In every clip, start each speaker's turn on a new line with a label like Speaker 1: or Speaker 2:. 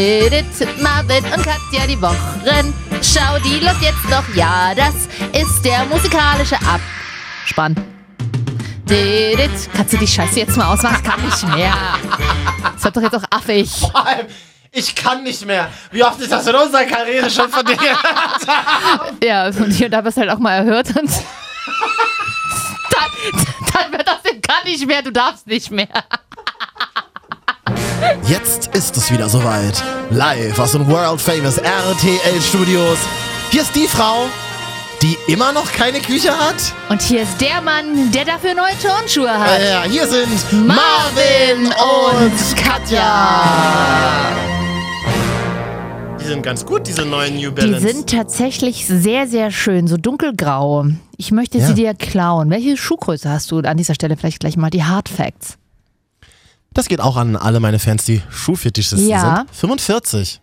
Speaker 1: Didit, Marvin und Katja die Wochen. Schau, die läuft jetzt noch. Ja, das ist der musikalische Abspann. Didit, kannst du die Scheiße jetzt mal ausmachen? Ich kann nicht mehr. Das wird doch jetzt auch affig.
Speaker 2: Vor allem, ich kann nicht mehr. Wie oft ist das in unserer Karriere schon von dir gehört?
Speaker 1: Ja, und hier und da wirst du halt auch mal erhört und dann, dann wird das denn kann nicht mehr, du darfst nicht mehr.
Speaker 3: Jetzt ist es wieder soweit. Live aus den World Famous RTL Studios. Hier ist die Frau, die immer noch keine Küche hat.
Speaker 1: Und hier ist der Mann, der dafür neue Turnschuhe hat.
Speaker 3: Äh, hier sind Marvin und Katja.
Speaker 2: Die sind ganz gut, diese neuen New
Speaker 1: Die
Speaker 2: Balance.
Speaker 1: sind tatsächlich sehr, sehr schön, so dunkelgrau. Ich möchte
Speaker 3: Ja.
Speaker 1: sie dir klauen. Welche Schuhgröße hast du an dieser Stelle vielleicht gleich mal? Die Hard Facts.
Speaker 3: Das geht auch an alle meine Fans, die Schuhfetischisten
Speaker 1: Ja.
Speaker 3: sind. 45.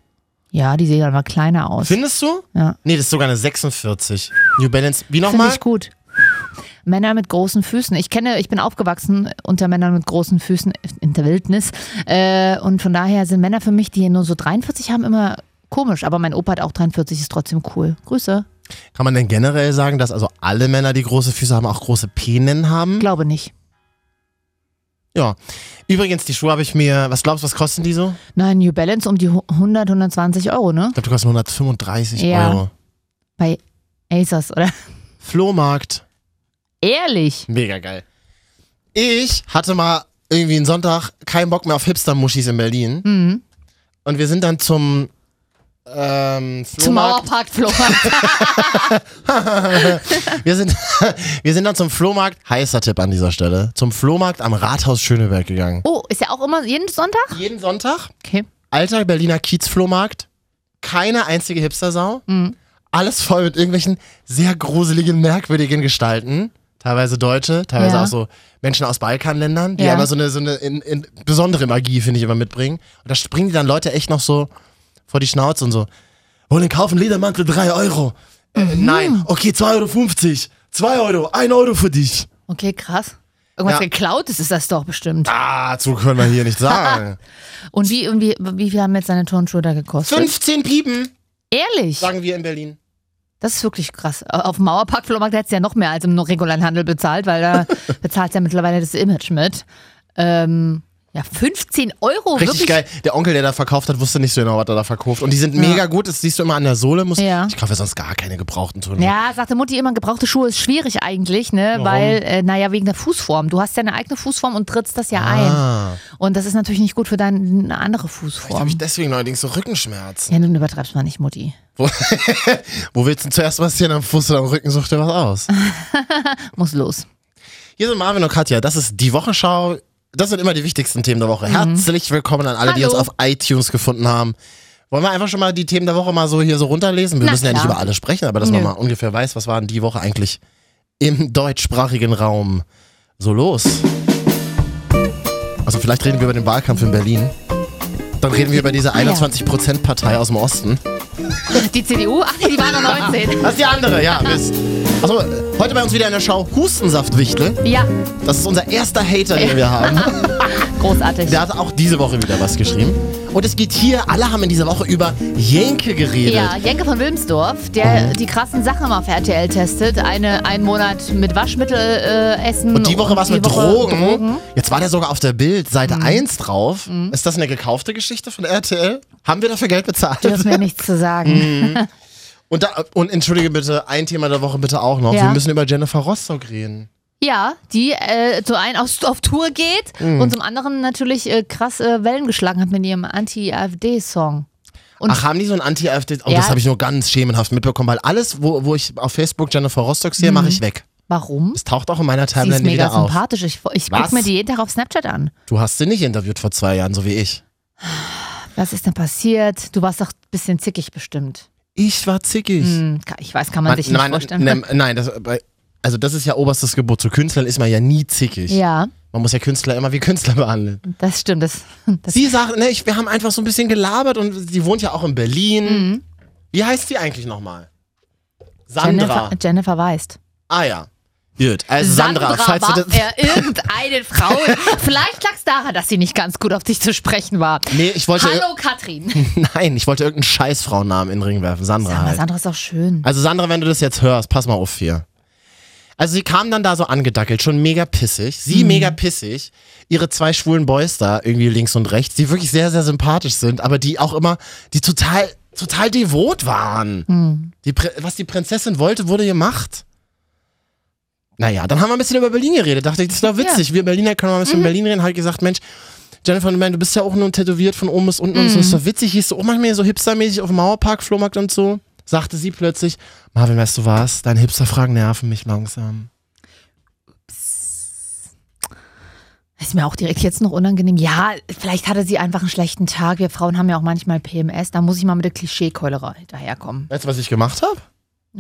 Speaker 1: Ja, die sehen dann mal kleiner aus.
Speaker 2: Findest du?
Speaker 1: Ja.
Speaker 2: Nee, das ist sogar eine 46. New Balance. Wie
Speaker 1: Finde
Speaker 2: nochmal?
Speaker 1: ich gut. Männer mit großen Füßen. Ich kenne, ich bin aufgewachsen unter Männern mit großen Füßen in der Wildnis. Äh, und von daher sind Männer für mich, die nur so 43 haben, immer komisch. Aber mein Opa hat auch 43, ist trotzdem cool. Grüße.
Speaker 3: Kann man denn generell sagen, dass also alle Männer, die große Füße haben, auch große Penen haben?
Speaker 1: Glaube nicht.
Speaker 3: Ja. Übrigens, die Schuhe habe ich mir, was glaubst du, was kosten die so?
Speaker 1: Nein, New Balance um die 100, 120 Euro, ne?
Speaker 3: Ich glaube, die kosten 135
Speaker 1: Ja.
Speaker 3: Euro.
Speaker 1: Bei Asos, oder?
Speaker 3: Flohmarkt.
Speaker 1: Ehrlich?
Speaker 3: Mega geil. Ich hatte mal irgendwie einen Sonntag keinen Bock mehr auf Hipster-Muschis in Berlin.
Speaker 1: Mhm.
Speaker 3: Und wir sind dann zum ähm,
Speaker 1: Zum
Speaker 3: Flohmarkt.
Speaker 1: Mauerpark Flohmarkt.
Speaker 3: Wir sind, wir sind dann zum Flohmarkt, heißer Tipp an dieser Stelle, zum Flohmarkt am Rathaus Schöneberg gegangen.
Speaker 1: Oh, ist ja auch immer jeden Sonntag?
Speaker 3: Jeden Sonntag,
Speaker 1: Okay.
Speaker 3: alter Berliner Kiezflohmarkt, keine einzige Hipster-Sau,
Speaker 1: Mhm.
Speaker 3: alles voll mit irgendwelchen sehr gruseligen, merkwürdigen Gestalten. Teilweise Deutsche, teilweise
Speaker 1: Ja.
Speaker 3: auch so Menschen aus Balkanländern, die
Speaker 1: Ja.
Speaker 3: aber so eine, so eine in, in besondere Magie, finde ich, immer mitbringen. Und da springen die dann Leute echt noch so vor die Schnauze und so, wollen kaufen Ledermantel 3 Euro. Äh, nein, okay, 2,50 Euro. 2 Euro, 1 Euro für dich.
Speaker 1: Okay, krass. Irgendwas
Speaker 3: Ja.
Speaker 1: geklautes ist das doch bestimmt.
Speaker 3: Ah, zu können wir hier nicht sagen.
Speaker 1: Und wie, und wie, wie viel haben jetzt seine Turnschuhe da gekostet?
Speaker 3: 15 Piepen,
Speaker 1: Ehrlich?
Speaker 3: sagen wir in Berlin.
Speaker 1: Das ist wirklich krass. Auf dem Mauerpark-Flohmarkt hättest du ja noch mehr als im regulären Handel bezahlt, weil da bezahlt ja mittlerweile das Image mit. Ähm, ja, 15 Euro,
Speaker 3: Richtig
Speaker 1: wirklich?
Speaker 3: geil. Der Onkel, der da verkauft hat, wusste nicht so genau, was er da verkauft. Und die sind mega gut, das siehst du immer an der Sohle. Muss,
Speaker 1: Ja.
Speaker 3: Ich kaufe sonst gar keine gebrauchten Turnschuhe.
Speaker 1: Ja, sagte Mutti immer, gebrauchte Schuhe ist schwierig eigentlich, ne?
Speaker 3: Warum?
Speaker 1: Weil, äh, naja, wegen der Fußform. Du hast ja eine eigene Fußform und trittst das ja ein.
Speaker 3: Ah,
Speaker 1: Und das ist natürlich nicht gut für deine andere
Speaker 3: vielleicht habe
Speaker 1: Fußform.
Speaker 3: ich deswegen neuerdings so Rückenschmerzen.
Speaker 1: Ja, nun übertreibst mal nicht, Mutti.
Speaker 3: Wo willst du denn zuerst was sehen? Am Fuß oder am Rücken such dir was aus.
Speaker 1: Muss los.
Speaker 3: Hier sind Marvin und Katja, das ist die Wochenschau. Das sind immer die wichtigsten Themen der Woche. Herzlich willkommen an alle, die uns
Speaker 1: Mhm. Hallo.
Speaker 3: auf iTunes gefunden haben. Wollen wir einfach schon mal die Themen der Woche mal so hier so runterlesen? Wir
Speaker 1: Na
Speaker 3: müssen ja nicht
Speaker 1: klar.
Speaker 3: über alle sprechen, aber dass man
Speaker 1: Nö.
Speaker 3: mal ungefähr weiß, was war denn die Woche eigentlich im deutschsprachigen Raum so los. Also vielleicht reden wir über den Wahlkampf in Berlin. Dann reden wir über diese
Speaker 1: Ah ja.
Speaker 3: 21%-Partei aus dem Osten.
Speaker 1: Die CDU? Ach nee, die war nur 19.
Speaker 3: Das ist die andere, ja. Mist. Also heute bei uns wieder in der Schau Hustensaftwichtel.
Speaker 1: Ja,
Speaker 3: Das ist unser erster Hater, den wir haben.
Speaker 1: großartig.
Speaker 3: Der hat auch diese Woche wieder was geschrieben. Und es geht hier, alle haben in dieser Woche über Jenke geredet.
Speaker 1: Ja, Jenke von Wilmsdorf, der die krassen Sachen mal auf RTL testet. Eine, einen Monat mit Waschmittel äh, essen.
Speaker 3: Und die Woche war es
Speaker 1: die
Speaker 3: mit
Speaker 1: Woche Mhm.
Speaker 3: Drogen. Jetzt war der sogar auf der Bild, Seite 1 drauf. Ist das eine gekaufte Geschichte von RTL? Haben wir dafür Geld bezahlt?
Speaker 1: Du darfst mir nichts zu
Speaker 3: Mm.
Speaker 1: sagen.
Speaker 3: Und, da, und entschuldige bitte, ein Thema der Woche bitte auch noch.
Speaker 1: Ja.
Speaker 3: Wir müssen über Jennifer Rostock reden.
Speaker 1: Ja, die äh, zum einen auf, auf Tour geht
Speaker 3: Mm.
Speaker 1: und zum anderen natürlich äh, krass äh, Wellen geschlagen hat mit ihrem Anti-AfD-Song. Und-
Speaker 3: Ach, haben die so ein Anti-AfD? Oh,
Speaker 1: Ja.
Speaker 3: das habe ich nur ganz schemenhaft mitbekommen, weil alles, wo, wo ich auf Facebook Jennifer Rostock sehe, mache ich weg.
Speaker 1: Warum?
Speaker 3: Es taucht auch in meiner
Speaker 1: Mhm. Sie
Speaker 3: Timeline
Speaker 1: ist mega
Speaker 3: wieder auf.
Speaker 1: sympathisch. Ich, ich
Speaker 3: Was?
Speaker 1: guck mir die jeden Tag auf Snapchat an.
Speaker 3: Du hast sie nicht interviewt vor zwei Jahren, so wie ich.
Speaker 1: Was ist denn passiert? Du warst doch ein bisschen zickig bestimmt.
Speaker 3: Ich war zickig.
Speaker 1: Hm, ka- ich weiß, kann man, sich nicht
Speaker 3: nein,
Speaker 1: vorstellen.
Speaker 3: Nein, nein das, bei- also das ist ja oberstes Gebot. Zu Künstlern ist man ja nie zickig.
Speaker 1: ja,
Speaker 3: Man muss ja Künstler immer wie Künstler behandeln.
Speaker 1: das stimmt. Das, das
Speaker 3: Sie sagt, ne, ich, wir haben einfach so ein bisschen gelabert und sie wohnt ja auch in Berlin.
Speaker 1: Mhm.
Speaker 3: Wie heißt sie eigentlich nochmal? Sandra.
Speaker 1: Jennifer, Jennifer Weist.
Speaker 3: Ah ja. Gut, also Sandra, falls
Speaker 1: war
Speaker 3: du das.
Speaker 1: er irgendeinen Frauen. Vielleicht lag es daran, dass sie nicht ganz gut auf dich zu sprechen war.
Speaker 3: Nee, ich wollte.
Speaker 1: Hallo Katrin.
Speaker 3: Nein, ich wollte irgendeinen Scheißfrauennamen in den Ring werfen. Sandra
Speaker 1: Aber
Speaker 3: halt.
Speaker 1: Sandra ist auch schön.
Speaker 3: Also Sandra, wenn du das jetzt hörst, pass mal auf hier. Also sie kam dann da so angedackelt, schon mega pissig. Sie mega pissig. Ihre zwei schwulen Boys da irgendwie links und rechts, die wirklich sehr, sehr sympathisch sind, aber die auch immer, die total, total devot waren. Die, Prä- was die Prinzessin wollte, wurde gemacht. Naja, dann haben wir ein bisschen über Berlin geredet. Dachte ich, das ist doch witzig. Wir Berliner können mal ein bisschen über Berlin reden. Halt gesagt, Mensch, Jennifer, ich meine, du bist ja auch nur tätowiert von oben bis unten und so. Ist doch witzig. Hieß du auch manchmal so oh, hipstermäßig auf dem Mauerpark, Flohmarkt und so. Sagte sie plötzlich, Marvin, weißt du was? Deine Hipsterfragen nerven mich langsam.
Speaker 1: Ist mir auch direkt jetzt noch unangenehm. Ja, vielleicht hatte sie einfach einen schlechten Tag. Wir Frauen haben ja auch manchmal PMS. Da muss ich mal mit der Klischeekeulerei daherkommen.
Speaker 3: Weißt du, was ich gemacht habe?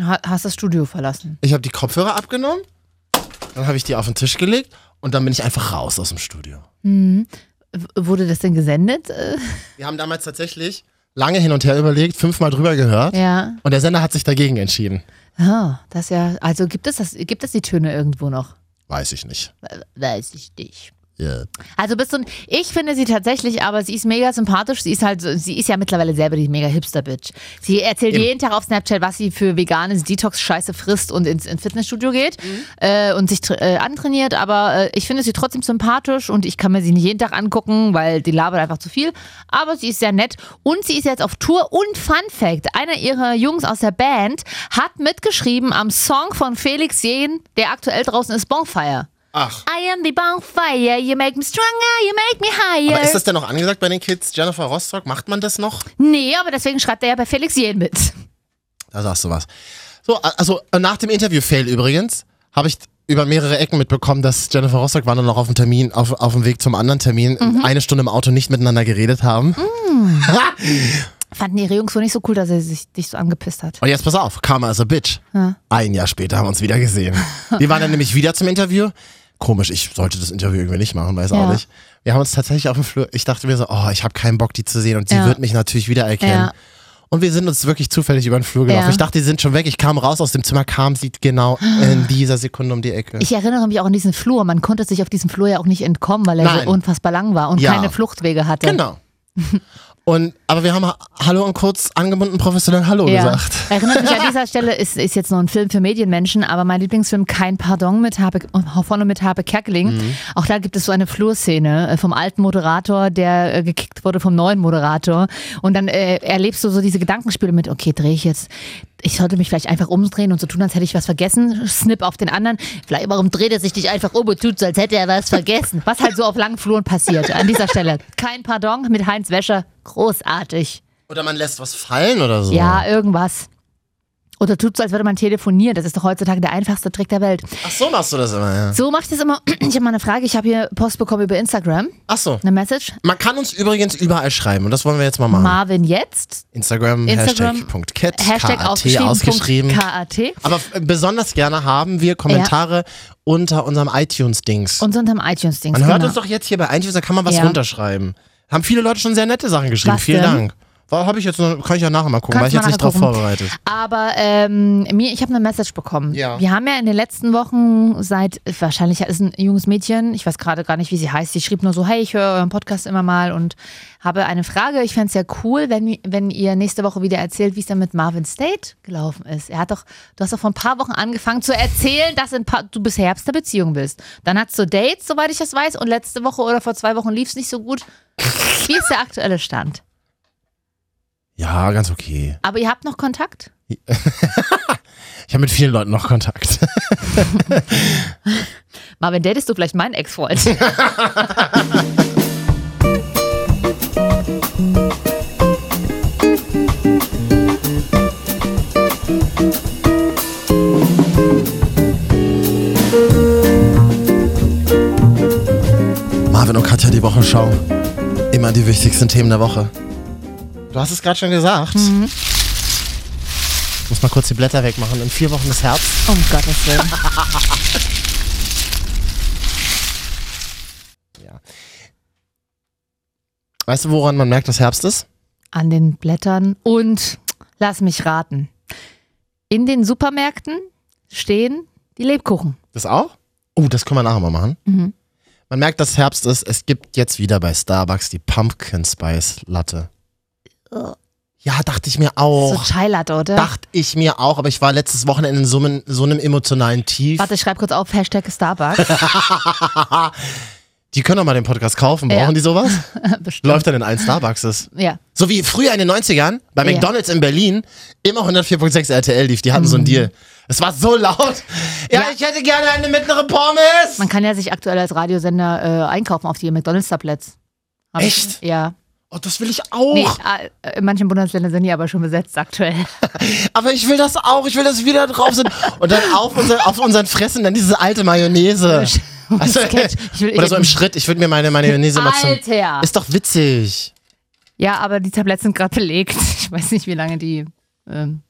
Speaker 1: Ha hast das Studio verlassen.
Speaker 3: Ich habe die Kopfhörer abgenommen, dann habe ich die auf den Tisch gelegt und dann bin ich einfach raus aus dem Studio.
Speaker 1: Mhm. W wurde das denn gesendet? Äh,
Speaker 3: Wir haben damals tatsächlich lange hin und her überlegt, fünfmal drüber gehört
Speaker 1: ja.
Speaker 3: und der Sender hat sich dagegen entschieden.
Speaker 1: Ah, das ja. Also gibt es das, gibt es die Töne irgendwo noch?
Speaker 3: Weiß ich nicht.
Speaker 1: Äh, Weiß ich nicht.
Speaker 3: Yeah.
Speaker 1: Also bist du ein, ich finde sie tatsächlich, aber sie ist mega sympathisch. Sie ist halt, so- sie ist ja mittlerweile selber die mega Hipster-Bitch. Sie erzählt
Speaker 3: Eben.
Speaker 1: jeden Tag auf Snapchat, was sie für veganes Detox-Scheiße frisst und ins, ins Fitnessstudio geht äh, und sich tra- äh, antrainiert. Aber äh, ich finde sie trotzdem sympathisch und ich kann mir sie nicht jeden Tag angucken, weil die labert einfach zu viel. Aber sie ist sehr nett und sie ist jetzt auf Tour. Und Fun Fact: Einer ihrer Jungs aus der Band hat mitgeschrieben am Song von Felix Jähn, der aktuell draußen ist, Bonfire.
Speaker 3: Ach.
Speaker 1: I am the bonfire, you make me stronger, you make me higher.
Speaker 3: Aber ist das denn noch angesagt bei den Kids? Jennifer Rostock, macht man das noch?
Speaker 1: nee, aber deswegen schreibt er ja bei Felix Jähn mit.
Speaker 3: Da sagst du was. So, a- also äh, nach dem Interview-Fail übrigens, habe ich über mehrere Ecken mitbekommen, dass Jennifer Rostock war dann noch auf dem Termin, auf, auf dem Weg zum anderen Termin, eine Stunde im Auto nicht miteinander geredet haben.
Speaker 1: Fanden ihre Jungs wohl nicht so cool, dass er sich dich so angepisst hat.
Speaker 3: Und jetzt pass auf, Karma is a Bitch. Ein Jahr später haben wir uns wieder gesehen. Wir waren dann nämlich wieder zum Interview. Komisch, ich sollte das Interview irgendwie nicht machen, weiß
Speaker 1: Ja.
Speaker 3: auch nicht. Wir haben uns tatsächlich auf dem Flur, ich dachte mir so, oh, ich habe keinen Bock, die zu sehen und sie
Speaker 1: Ja.
Speaker 3: wird mich natürlich wiedererkennen.
Speaker 1: Ja.
Speaker 3: Und wir sind uns wirklich zufällig über den Flur gelaufen.
Speaker 1: Ja.
Speaker 3: Ich dachte, die sind schon weg. Ich kam raus aus dem Zimmer, kam sie genau in dieser Sekunde um die Ecke.
Speaker 1: Ich erinnere mich auch an diesen Flur. Man konnte sich auf diesem Flur ja auch nicht entkommen, weil er
Speaker 3: Nein.
Speaker 1: so unfassbar lang war und
Speaker 3: Ja.
Speaker 1: keine Fluchtwege hatte.
Speaker 3: genau. und, aber wir haben ha- Hallo und kurz angebunden professionell Hallo
Speaker 1: Ja.
Speaker 3: gesagt.
Speaker 1: Erinnert mich an dieser Stelle, ist, ist jetzt nur ein Film für Medienmenschen, aber mein Lieblingsfilm Kein Pardon mit Habe, vorne mit Habe Kerkeling.
Speaker 3: Mhm.
Speaker 1: Auch da gibt es so eine Flurszene äh, vom alten Moderator, der äh, gekickt wurde vom neuen Moderator. Und dann äh, erlebst du so diese Gedankenspiele mit, okay, drehe ich jetzt, ich sollte mich vielleicht einfach umdrehen und so tun, als hätte ich was vergessen, snip auf den anderen. Vielleicht, warum dreht er sich nicht einfach um und tut so, als hätte er was vergessen? Was halt so auf langen Fluren passiert. An dieser Stelle. Kein Pardon mit Heinz Wäscher. Großartig.
Speaker 3: Oder man lässt was fallen oder so.
Speaker 1: Ja, irgendwas. Oder tut so, als würde man telefonieren. Das ist doch heutzutage der einfachste Trick der Welt.
Speaker 3: Ach so machst du das immer, ja.
Speaker 1: So mache ich das immer. Ich habe mal eine Frage. Ich habe hier Post bekommen über Instagram.
Speaker 3: Ach so.
Speaker 1: Eine Message.
Speaker 3: Man kann uns übrigens überall schreiben und das wollen wir jetzt mal machen.
Speaker 1: Marvin jetzt.
Speaker 3: Instagram,
Speaker 1: Instagram,
Speaker 3: Hashtag.cat,
Speaker 1: Hashtag
Speaker 3: K-A-T
Speaker 1: aufgeschrieben.
Speaker 3: ausgeschrieben.
Speaker 1: KAT.
Speaker 3: Aber f- besonders gerne haben wir Kommentare unter unserem iTunes-Dings.
Speaker 1: Und so unterm iTunes-Dings.
Speaker 3: Man hört
Speaker 1: genau.
Speaker 3: uns doch jetzt hier bei iTunes, da kann man was
Speaker 1: Ja.
Speaker 3: runterschreiben. Haben viele Leute schon sehr nette Sachen geschrieben.
Speaker 1: Was
Speaker 3: Vielen
Speaker 1: denn?
Speaker 3: Dank. Habe ich jetzt noch, kann ich ja nachher mal gucken,
Speaker 1: Kannst
Speaker 3: war ich
Speaker 1: mal
Speaker 3: jetzt nicht drauf
Speaker 1: nachher gucken.
Speaker 3: vorbereitet.
Speaker 1: Aber ähm, mir, ich habe eine Message bekommen.
Speaker 3: Ja.
Speaker 1: Wir haben ja in den letzten Wochen seit, wahrscheinlich ist ein junges Mädchen, ich weiß gerade gar nicht, wie sie heißt, sie schrieb nur so, hey, ich höre euren Podcast immer mal und habe eine Frage. Ich fände es ja cool, wenn, wenn ihr nächste Woche wieder erzählt, wie es dann mit Marvin State gelaufen ist. Er hat doch, du hast doch vor ein paar Wochen angefangen zu erzählen, dass ein paar, du bis Herbst eine Beziehung bist. Dann hattest du Dates, soweit ich das weiß, und letzte Woche oder vor zwei Wochen lief es nicht so gut. Wie ist der aktuelle Stand?
Speaker 3: Ja, ganz okay.
Speaker 1: Aber ihr habt noch Kontakt?
Speaker 3: Ich habe mit vielen Leuten noch Kontakt.
Speaker 1: Marvin, datest du vielleicht meinen Ex-Freund?
Speaker 3: Marvin und Katja, die Wochenschau. Immer die wichtigsten Themen der Woche. Du hast es gerade schon gesagt.
Speaker 1: Mhm.
Speaker 3: Ich muss mal kurz die Blätter wegmachen. In vier Wochen ist Herbst.
Speaker 1: Um Gottes Willen.
Speaker 3: Weißt du, woran man merkt, dass Herbst ist?
Speaker 1: An den Blättern und lass mich raten. In den Supermärkten stehen die Lebkuchen.
Speaker 3: Das auch? Oh, das können wir nachher mal machen.
Speaker 1: Mhm.
Speaker 3: Man merkt, dass Herbst ist. Es gibt jetzt wieder bei Starbucks die Pumpkin Spice Latte.
Speaker 1: Ugh.
Speaker 3: Ja, dachte ich mir
Speaker 1: Oh. So
Speaker 3: auch.
Speaker 1: Chai Latte, oder?
Speaker 3: Dachte ich mir auch, aber ich war letztes Wochenende in so einem, so einem emotionalen Tief.
Speaker 1: Warte, ich schreibe kurz auf, Hashtag Starbucks.
Speaker 3: Die können doch mal den Podcast kaufen. Brauchen
Speaker 1: Ja.
Speaker 3: die sowas?
Speaker 1: Bestimmt.
Speaker 3: Läuft dann in allen Starbucks. Ist.
Speaker 1: Ja.
Speaker 3: So wie früher in den 90ern bei
Speaker 1: Ja.
Speaker 3: McDonalds in Berlin immer 104.6 RTL lief. Die hatten
Speaker 1: Mhm.
Speaker 3: so einen Deal. Es war so laut. Ja,
Speaker 2: Ja, ich hätte gerne eine mittlere Pommes.
Speaker 1: Man kann ja sich aktuell als Radiosender äh, einkaufen auf die McDonalds-Tablets. Hab ich-
Speaker 3: Echt?
Speaker 1: Ja.
Speaker 3: oh, das will ich auch.
Speaker 1: Nee, äh, in manchen Bundesländern sind die aber schon besetzt aktuell.
Speaker 3: Aber ich will das auch. Ich will, dass wir wieder drauf sind. Und dann auf, unser, auf unseren Fressen dann diese alte Mayonnaise. Also,
Speaker 1: Sketch. Ich will
Speaker 3: oder so im
Speaker 1: eben-
Speaker 3: Schritt. Ich würde mir meine Mayonnaise mal zum...
Speaker 1: Alter!
Speaker 3: Ist doch witzig.
Speaker 1: Ja, aber die Tabletts sind gerade belegt. Ich weiß nicht, wie lange die. Ähm,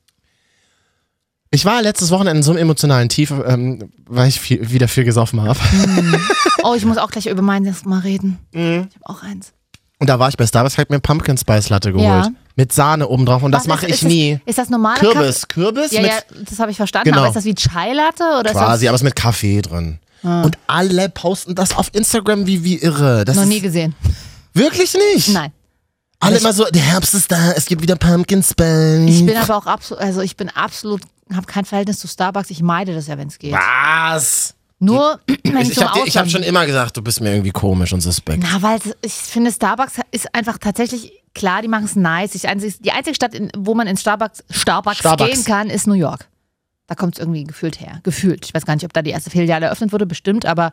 Speaker 3: Ich war letztes Wochenende in so einem emotionalen Tief, ähm, weil ich viel, wieder viel gesoffen habe.
Speaker 1: oh, ich muss auch gleich über meines mal reden.
Speaker 3: Mhm.
Speaker 1: Ich habe auch eins.
Speaker 3: Und da war ich bei Starbucks, hab mir Pumpkin Spice Latte geholt.
Speaker 1: Ja.
Speaker 3: Mit Sahne obendrauf. Und das
Speaker 1: Was
Speaker 3: mache
Speaker 1: ist-
Speaker 3: ich
Speaker 1: ist
Speaker 3: nie.
Speaker 1: Das, ist das normale Kaffee?
Speaker 3: Kürbis, Kürbis
Speaker 1: Ja,
Speaker 3: mit
Speaker 1: ja, also das habe ich verstanden.
Speaker 3: Genau.
Speaker 1: Aber ist das wie Chai Latte oder
Speaker 3: quasi,
Speaker 1: ist
Speaker 3: aber es mit Kaffee drin. Und alle posten das auf Instagram wie, wie irre. Das
Speaker 1: das Ah. noch nie
Speaker 3: ist
Speaker 1: gesehen?
Speaker 3: wirklich nicht.
Speaker 1: Nein. Also
Speaker 3: Alle immer so, der Herbst ist da, es gibt wieder Pumpkin
Speaker 1: Ich
Speaker 3: Spice.
Speaker 1: bin aber auch absolut, also ich bin absolut, habe kein Verhältnis zu Starbucks. Ich meide das ja, wenn es geht.
Speaker 3: Was?
Speaker 1: Nur, wenn ich,
Speaker 3: Ich, ich
Speaker 1: zum
Speaker 3: habe hab
Speaker 1: Ausland-
Speaker 3: schon immer gesagt, du bist mir irgendwie komisch und suspekt.
Speaker 1: Na, weil es- ich finde, Starbucks ist einfach tatsächlich klar, die machen es nice. Ich, einzig- die einzige Stadt, in, wo man in Starbucks, Starbucks,
Speaker 3: Starbucks.
Speaker 1: gehen kann, ist New York. Da kommt es irgendwie gefühlt her. Gefühlt. Ich weiß gar nicht, ob da die erste Filiale eröffnet wurde, bestimmt, aber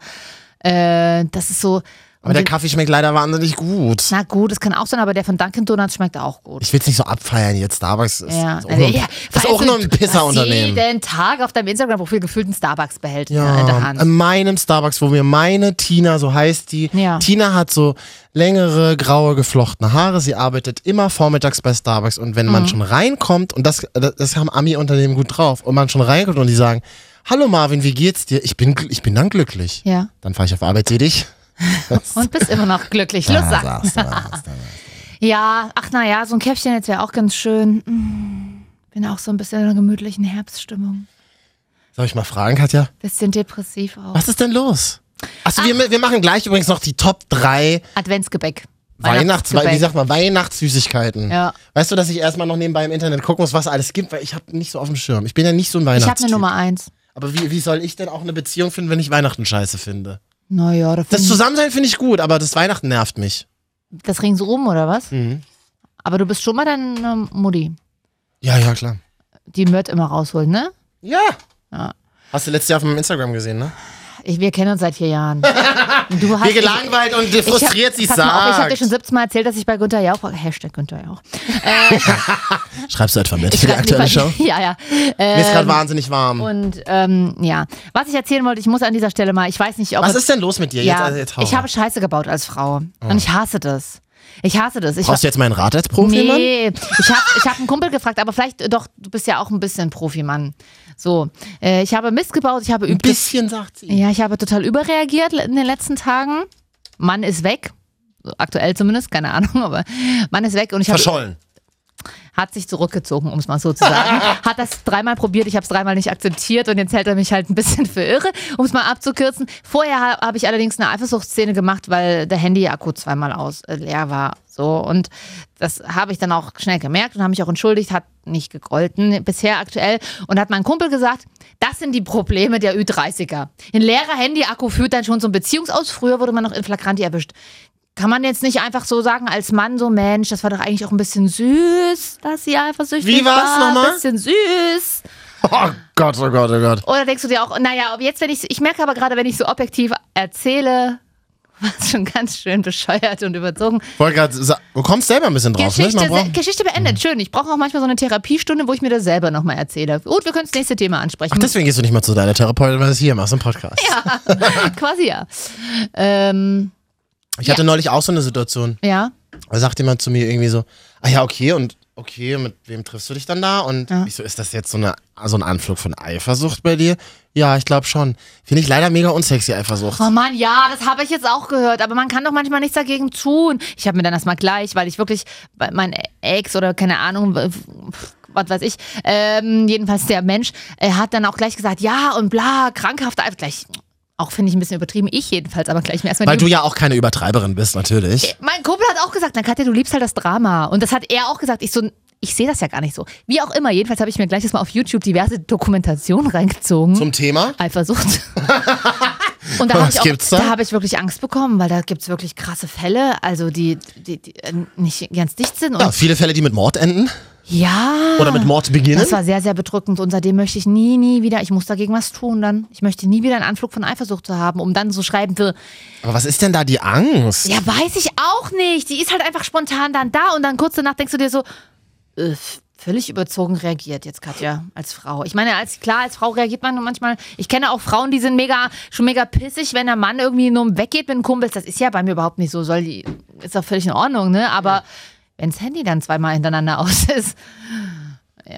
Speaker 1: äh, das ist so.
Speaker 3: Aber der Kaffee schmeckt leider wahnsinnig gut.
Speaker 1: na gut, das kann auch sein, aber der von Dunkin' Donuts schmeckt auch gut.
Speaker 3: Ich will es nicht so abfeiern jetzt. Starbucks ist,
Speaker 1: Ja, also
Speaker 3: ist auch nur ein,
Speaker 1: ja,
Speaker 3: ist auch
Speaker 1: weißt
Speaker 3: nur
Speaker 1: du,
Speaker 3: ein
Speaker 1: du hast
Speaker 3: Pisserunternehmen.
Speaker 1: Jeden Tag auf deinem Instagram-Profil gefühlt einen Starbucks-Behälter in der
Speaker 3: Ja, Ähm,
Speaker 1: Hand.
Speaker 3: in meinem Starbucks, wo mir meine Tina, so heißt die,
Speaker 1: Ja.
Speaker 3: Tina hat so längere, graue, geflochtene Haare. Sie arbeitet immer vormittags bei Starbucks und wenn
Speaker 1: Mhm.
Speaker 3: man schon reinkommt, und das, das das haben Ami-Unternehmen gut drauf, und man schon reinkommt und die sagen, hallo Marvin, wie geht's dir? Ich bin, gl- ich bin dann glücklich.
Speaker 1: Ja.
Speaker 3: Dann fahre ich auf Arbeit tätig.
Speaker 1: Und bist immer noch glücklich. Lust
Speaker 3: Da
Speaker 1: sagen.
Speaker 3: saß, da saß, da.
Speaker 1: Ja, ach naja, so ein Käffchen jetzt wäre auch ganz schön. Mm, Bin auch so ein bisschen in einer gemütlichen Herbststimmung.
Speaker 3: Soll ich mal fragen, Katja?
Speaker 1: Bisschen depressiv auch.
Speaker 3: Was ist denn los? Achso, wir, wir machen gleich übrigens noch die Top 3
Speaker 1: Adventsgebäck.
Speaker 3: Weihnachts, wie
Speaker 1: Weihnachtsgebäck.
Speaker 3: sagt man, Weihnachtssüßigkeiten.
Speaker 1: Ja.
Speaker 3: Weißt du, dass ich erstmal noch nebenbei im Internet gucken muss, was alles gibt, weil ich habe nicht so auf dem Schirm. Ich bin ja nicht so ein
Speaker 1: Ich habe
Speaker 3: Weihnachtstyp.
Speaker 1: eine Nummer eins.
Speaker 3: Aber wie, wie soll ich denn auch eine Beziehung finden, wenn ich Weihnachten scheiße finde?
Speaker 1: Naja, da
Speaker 3: Das
Speaker 1: finden-
Speaker 3: Zusammensein finde ich gut, aber das Weihnachten nervt mich.
Speaker 1: das ringsrum, oder was?
Speaker 3: Mhm.
Speaker 1: Aber du bist schon mal deine Mutti.
Speaker 3: Ja, ja, klar.
Speaker 1: Die Mört immer rausholen, ne?
Speaker 3: Ja. Hast du letztes Jahr auf meinem Instagram gesehen, ne?
Speaker 1: Ich, wir kennen uns seit vier Jahren. Du hast
Speaker 3: Wie gelangweilt und frustriert sie
Speaker 1: ich hab, pass mal auf, Ich habe dir schon
Speaker 3: sagt.
Speaker 1: 17 Mal erzählt, dass ich bei Günther Jauch, Hashtag Günther Jauch.
Speaker 3: Schreibst du etwa mit für die aktuelle Show?
Speaker 1: Ja, Äh, ja.
Speaker 3: Mir ist gerade wahnsinnig warm.
Speaker 1: Ähm, Und ähm, ja, was ich erzählen wollte, ich muss an dieser Stelle mal, ich weiß nicht, ob
Speaker 3: Was
Speaker 1: es-
Speaker 3: ist denn los mit dir jetzt?
Speaker 1: ja,
Speaker 3: Also jetzt hau
Speaker 1: ich
Speaker 3: mal.
Speaker 1: habe Scheiße gebaut als Frau und ich hasse das. Ich hasse das. Ich
Speaker 3: Brauchst du jetzt meinen Rat als Profi, Mann?
Speaker 1: Nee, ich habe ich hab einen Kumpel gefragt, aber vielleicht äh, doch, du bist ja auch ein bisschen Profimann. So, äh, ich habe Mist gebaut, ich habe
Speaker 3: Ein
Speaker 1: üb
Speaker 3: bisschen, sagt sie.
Speaker 1: ja, ich habe total überreagiert in den letzten Tagen. Mann ist weg. So Aktuell zumindest, keine Ahnung, aber Mann ist weg und ich habe
Speaker 3: Verschollen.
Speaker 1: hat sich zurückgezogen, um es mal so zu sagen. hat das dreimal probiert, ich habe es dreimal nicht akzeptiert und jetzt hält er mich halt ein bisschen für irre, um es mal abzukürzen. Vorher ha- habe ich allerdings eine Eifersuchtsszene gemacht, weil der Handy-Akku zweimal aus äh, leer war. So und das habe ich dann auch schnell gemerkt und habe mich auch entschuldigt, hat nicht gegolten bisher aktuell und hat mein Kumpel gesagt, das sind die Probleme der Ü30er. Ein leerer Handy-Akku führt dann schon zum Beziehungsaus. Früher wurde man noch in Flagranti erwischt. Kann man jetzt nicht einfach so sagen, als Mann, so Mensch, das war doch eigentlich auch ein bisschen süß, dass sie eifersüchtig
Speaker 3: Wie war's
Speaker 1: war.
Speaker 3: nochmal?
Speaker 1: Ein bisschen süß.
Speaker 3: Oh Gott, oh Gott, oh Gott.
Speaker 1: Oder denkst du dir auch, naja, ob jetzt, wenn ich, ich merke aber gerade, wenn ich so objektiv erzähle, war es schon ganz schön bescheuert und überzogen.
Speaker 3: Wollte gerade sa- du kommst selber ein bisschen drauf,
Speaker 1: Geschichte,
Speaker 3: ne? Man braucht-
Speaker 1: Geschichte beendet, schön. Ich brauche auch manchmal so eine Therapiestunde, wo ich mir das selber nochmal erzähle. Gut, wir können das nächste Thema ansprechen.
Speaker 3: Ach, deswegen gehst du nicht mal zu deiner Therapeutin, weil du es hier machst im Podcast.
Speaker 1: Quasi ja. Ähm,
Speaker 3: Ich hatte neulich auch so eine Situation.
Speaker 1: ja.
Speaker 3: Da sagt jemand zu mir irgendwie so, ah ja, okay, und okay, mit wem triffst du dich dann da? Und ich so, ist das jetzt so, eine, so ein Anflug von Eifersucht bei dir? Ja, ich glaube schon. Finde ich leider mega unsexy Eifersucht.
Speaker 1: Oh Mann, ja, das habe ich jetzt auch gehört, aber man kann doch manchmal nichts dagegen tun. Ich habe mir dann das mal gleich, weil ich wirklich weil mein Ex oder keine Ahnung, w- was weiß ich. Ähm, jedenfalls der Mensch äh, hat dann auch gleich gesagt, ja und bla, krankhaft, einfach gleich. Auch finde ich ein bisschen übertrieben, ich jedenfalls, aber gleich mir erstmal
Speaker 3: Weil
Speaker 1: die-
Speaker 3: du ja auch keine Übertreiberin bist, natürlich.
Speaker 1: mein Kumpel hat auch gesagt, na Katja, du liebst halt das Drama. Und das hat er auch gesagt. Ich so, ich sehe das ja gar nicht so. Wie auch immer, jedenfalls habe ich mir gleich jetzt mal auf YouTube diverse Dokumentationen reingezogen.
Speaker 3: Zum Thema?
Speaker 1: Eifersucht. Und da habe
Speaker 3: Was
Speaker 1: ich,
Speaker 3: gibt's
Speaker 1: auch-
Speaker 3: da?
Speaker 1: da hab ich wirklich Angst bekommen, weil da gibt es wirklich krasse Fälle, also die, die, die äh, nicht ganz dicht sind.
Speaker 3: Ja,
Speaker 1: Und
Speaker 3: viele Fälle, die mit Mord enden
Speaker 1: ja,
Speaker 3: oder mit Mord beginnen.
Speaker 1: das war sehr, sehr bedrückend. Und seitdem möchte ich nie, nie wieder, ich muss dagegen was tun dann. Ich möchte nie wieder einen Anflug von Eifersucht zu haben, um dann so schreiben zu,
Speaker 3: Aber was ist denn da die Angst?
Speaker 1: Ja, weiß ich auch nicht. Die ist halt einfach spontan dann da und dann kurz danach denkst du dir so, äh, völlig überzogen reagiert jetzt Katja als Frau. Ich meine, als klar, als Frau reagiert man manchmal. Ich kenne auch Frauen, die sind mega schon mega pissig, wenn der Mann irgendwie nur weggeht mit den Kumpels. Das ist ja bei mir überhaupt nicht so. Soll die ist doch völlig in Ordnung, ne? Aber wenns Handy dann zweimal hintereinander aus ist,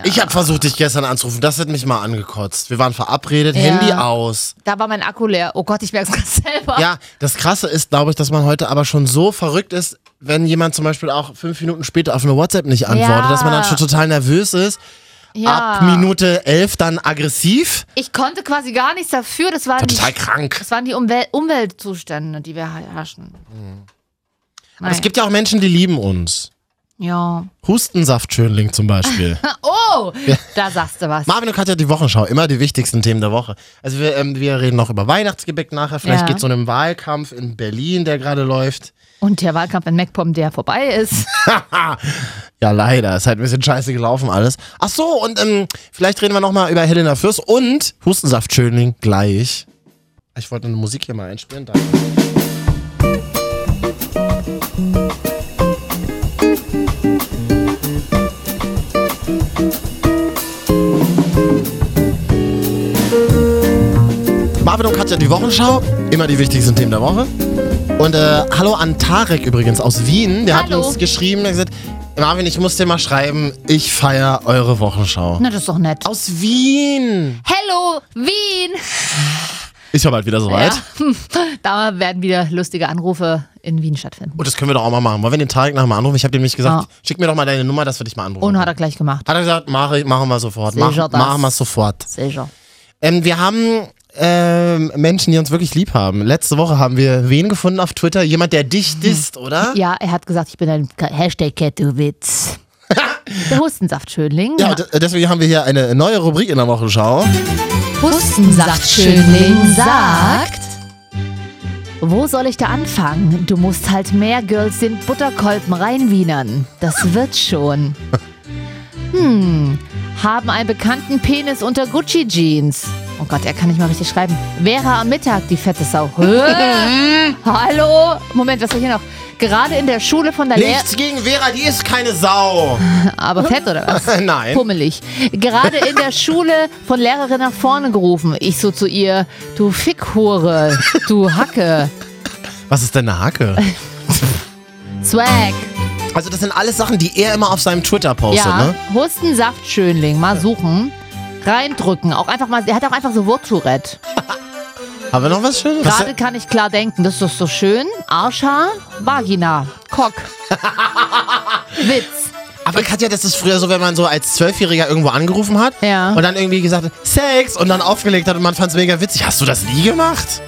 Speaker 3: Ich habe versucht, dich gestern anzurufen. Das hat mich mal angekotzt. Wir waren verabredet, Handy aus.
Speaker 1: da war mein Akku leer. Oh Gott, ich merk's grad selber.
Speaker 3: Ja, das Krasse ist, glaube ich, dass man heute aber schon so verrückt ist, wenn jemand zum Beispiel auch fünf Minuten später auf eine WhatsApp nicht antwortet,
Speaker 1: Ja.
Speaker 3: dass man dann schon total nervös ist.
Speaker 1: Ja.
Speaker 3: Ab Minute elf dann aggressiv.
Speaker 1: Ich konnte quasi gar nichts dafür. Das waren die,
Speaker 3: Total krank.
Speaker 1: das waren die Umwel Umweltzustände, die wir herrschen.
Speaker 3: Aber es gibt ja auch Menschen, die lieben uns.
Speaker 1: Ja.
Speaker 3: Hustensaftschönling zum Beispiel.
Speaker 1: Oh, da sagst du was.
Speaker 3: Marvin und Katja, die Wochenschau, immer die wichtigsten Themen der Woche. Also wir, ähm, wir reden noch über Weihnachtsgebäck nachher. Vielleicht
Speaker 1: Ja.
Speaker 3: geht's geht es um einen Wahlkampf in Berlin, der gerade läuft.
Speaker 1: Und der Wahlkampf in MacPom, der vorbei ist.
Speaker 3: Ja, leider. Ist halt ein bisschen scheiße gelaufen alles. Ach so, und ähm, vielleicht reden wir nochmal über Helena Fürst und Hustensaftschönling gleich. Ich wollte eine Musik hier mal einspielen. Danke. Marvin und Katja, die Wochenschau. Immer die wichtigsten Themen der Woche. Und äh, hallo an Tarek übrigens aus Wien. Der hat
Speaker 1: Hallo.
Speaker 3: uns geschrieben, der hat gesagt, Marvin, ich muss dir mal schreiben, ich feiere eure Wochenschau.
Speaker 1: Na, das ist doch nett.
Speaker 3: Aus Wien.
Speaker 1: Hello, Wien!
Speaker 3: Ist ja bald wieder soweit.
Speaker 1: Ja. Da werden wieder lustige Anrufe in Wien stattfinden.
Speaker 3: Und Oh, das können wir doch auch mal machen. Wollen wir den Tarek nachher mal anrufen? Ich habe dem nicht gesagt,
Speaker 1: Ja.
Speaker 3: schick mir doch mal deine Nummer, dass wir dich mal anrufen.
Speaker 1: Und hat er gleich gemacht.
Speaker 3: Hat er gesagt, mach Oh ich, machen wir sofort.
Speaker 1: Sicher
Speaker 3: Mach,
Speaker 1: das.
Speaker 3: machen wir sofort.
Speaker 1: Sicher.
Speaker 3: Ähm, wir haben ähm, Menschen, die uns wirklich lieb haben. Letzte Woche haben wir wen gefunden auf Twitter? Jemand, der dich disst, oder?
Speaker 1: Ja, er hat gesagt, ich bin ein Ka- Hashtag Kettowitz. Der Hustensaftschönling.
Speaker 3: Ja, d- deswegen haben wir hier eine neue Rubrik in der Wochenschau.
Speaker 1: Hustensaftschönling sagt. Wo soll ich da anfangen? Du musst halt mehr Girls den Butterkolben reinwienern. Das wird schon. Hm, haben einen bekannten Penis unter Gucci-Jeans. Oh Gott, er kann nicht mal richtig schreiben. Vera am Mittag, die fette Sau. Hä? Hallo? Moment, was ist hier noch? Gerade in der Schule von der Lehrerin.
Speaker 3: Nichts gegen Vera, die ist keine Sau.
Speaker 1: Aber fett oder was?
Speaker 3: Nein.
Speaker 1: pummelig. Gerade in der Schule von Lehrerin nach vorne gerufen. Ich so zu ihr, du Fickhure, du Hacke,
Speaker 3: Was ist denn eine Hacke?
Speaker 1: Swag.
Speaker 3: Also das sind alles Sachen, die er immer auf seinem Twitter postet,
Speaker 1: Ja,
Speaker 3: ne?
Speaker 1: Hustensaftschönling, mal suchen. Reindrücken, auch einfach mal, er hat auch einfach so Worttourette.
Speaker 3: Haben wir noch was Schönes? Was
Speaker 1: Gerade kann ich klar denken, das ist doch so schön. Arschhaar, Vagina, Cock. Witz.
Speaker 3: Aber Katja, das ist früher so, wenn man so als Zwölfjähriger irgendwo angerufen hat
Speaker 1: Ja.
Speaker 3: und dann irgendwie gesagt hat, Sex und dann aufgelegt hat und man fand's mega witzig. Hast du das nie gemacht?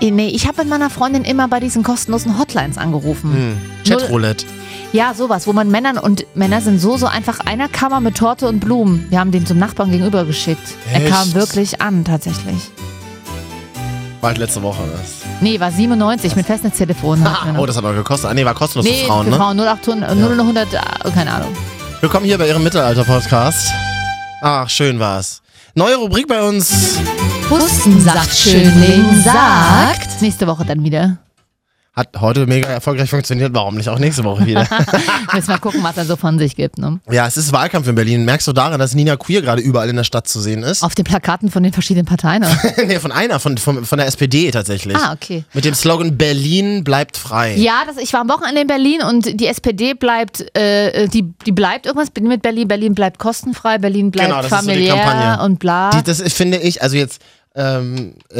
Speaker 1: Eh, Nee, ich habe mit meiner Freundin immer bei diesen kostenlosen Hotlines angerufen.
Speaker 3: Hm.
Speaker 1: Null-
Speaker 3: Chatroulette.
Speaker 1: Ja, sowas, wo man Männern und Männer sind so, so einfach einer Kammer mit Torte und Blumen. Wir haben den zum Nachbarn gegenüber geschickt. Er
Speaker 3: Echt?
Speaker 1: kam wirklich an, tatsächlich.
Speaker 3: War halt letzte Woche das.
Speaker 1: Nee, war 97 mit Festnetztelefon. hatten wir noch.
Speaker 3: Oh, das hat aber gekostet. Ah, nee, war kostenlos
Speaker 1: nee,
Speaker 3: für Frauen,
Speaker 1: für
Speaker 3: ne?
Speaker 1: Frauen, 0800, 0100, äh, keine Ahnung.
Speaker 3: Willkommen hier bei Ihrem Mittelalter-Podcast. Ach, schön war's. Neue Rubrik bei uns.
Speaker 1: Hustensaftschönling sagt. Nächste Woche dann wieder.
Speaker 3: Hat heute mega erfolgreich funktioniert. Warum nicht auch nächste Woche wieder?
Speaker 1: Müssen wir gucken, was er so von sich gibt. Ne?
Speaker 3: ja, es ist Wahlkampf in Berlin. Merkst du daran, dass Nina Queer gerade überall in der Stadt zu sehen ist?
Speaker 1: Auf den Plakaten von den verschiedenen Parteien. oder?
Speaker 3: nee, von einer, von, von, von der SPD tatsächlich.
Speaker 1: ah, okay.
Speaker 3: Mit dem Slogan Berlin bleibt frei.
Speaker 1: Ja, das, ich war am Wochenende in Berlin und die SPD bleibt, äh, die, die bleibt irgendwas mit Berlin. Berlin bleibt kostenfrei, Berlin bleibt
Speaker 3: Genau, das ist so die
Speaker 1: familiär
Speaker 3: Kampagne.
Speaker 1: und bla.
Speaker 3: Die, das ist- finde ich, also jetzt Ähm, äh,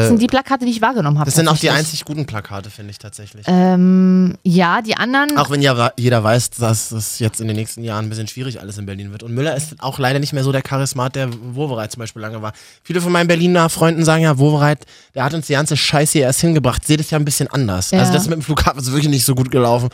Speaker 1: Das sind die Plakate, die ich wahrgenommen habe.
Speaker 3: das sind auch die
Speaker 1: tatsächlich.
Speaker 3: einzig guten Plakate, finde ich tatsächlich.
Speaker 1: Ähm, ja, die anderen.
Speaker 3: Auch wenn ja wa- jeder weiß, dass das jetzt in den nächsten Jahren ein bisschen schwierig alles in Berlin wird. Und Müller ist auch leider nicht mehr so der Charismat, der Wowereit zum Beispiel lange war. Viele von meinen Berliner Freunden sagen ja, Wowereit, der hat uns die ganze Scheiße hier erst hingebracht. Seht es ja ein bisschen anders.
Speaker 1: Ja.
Speaker 3: Also das mit dem Flughafen ist wirklich nicht so gut gelaufen.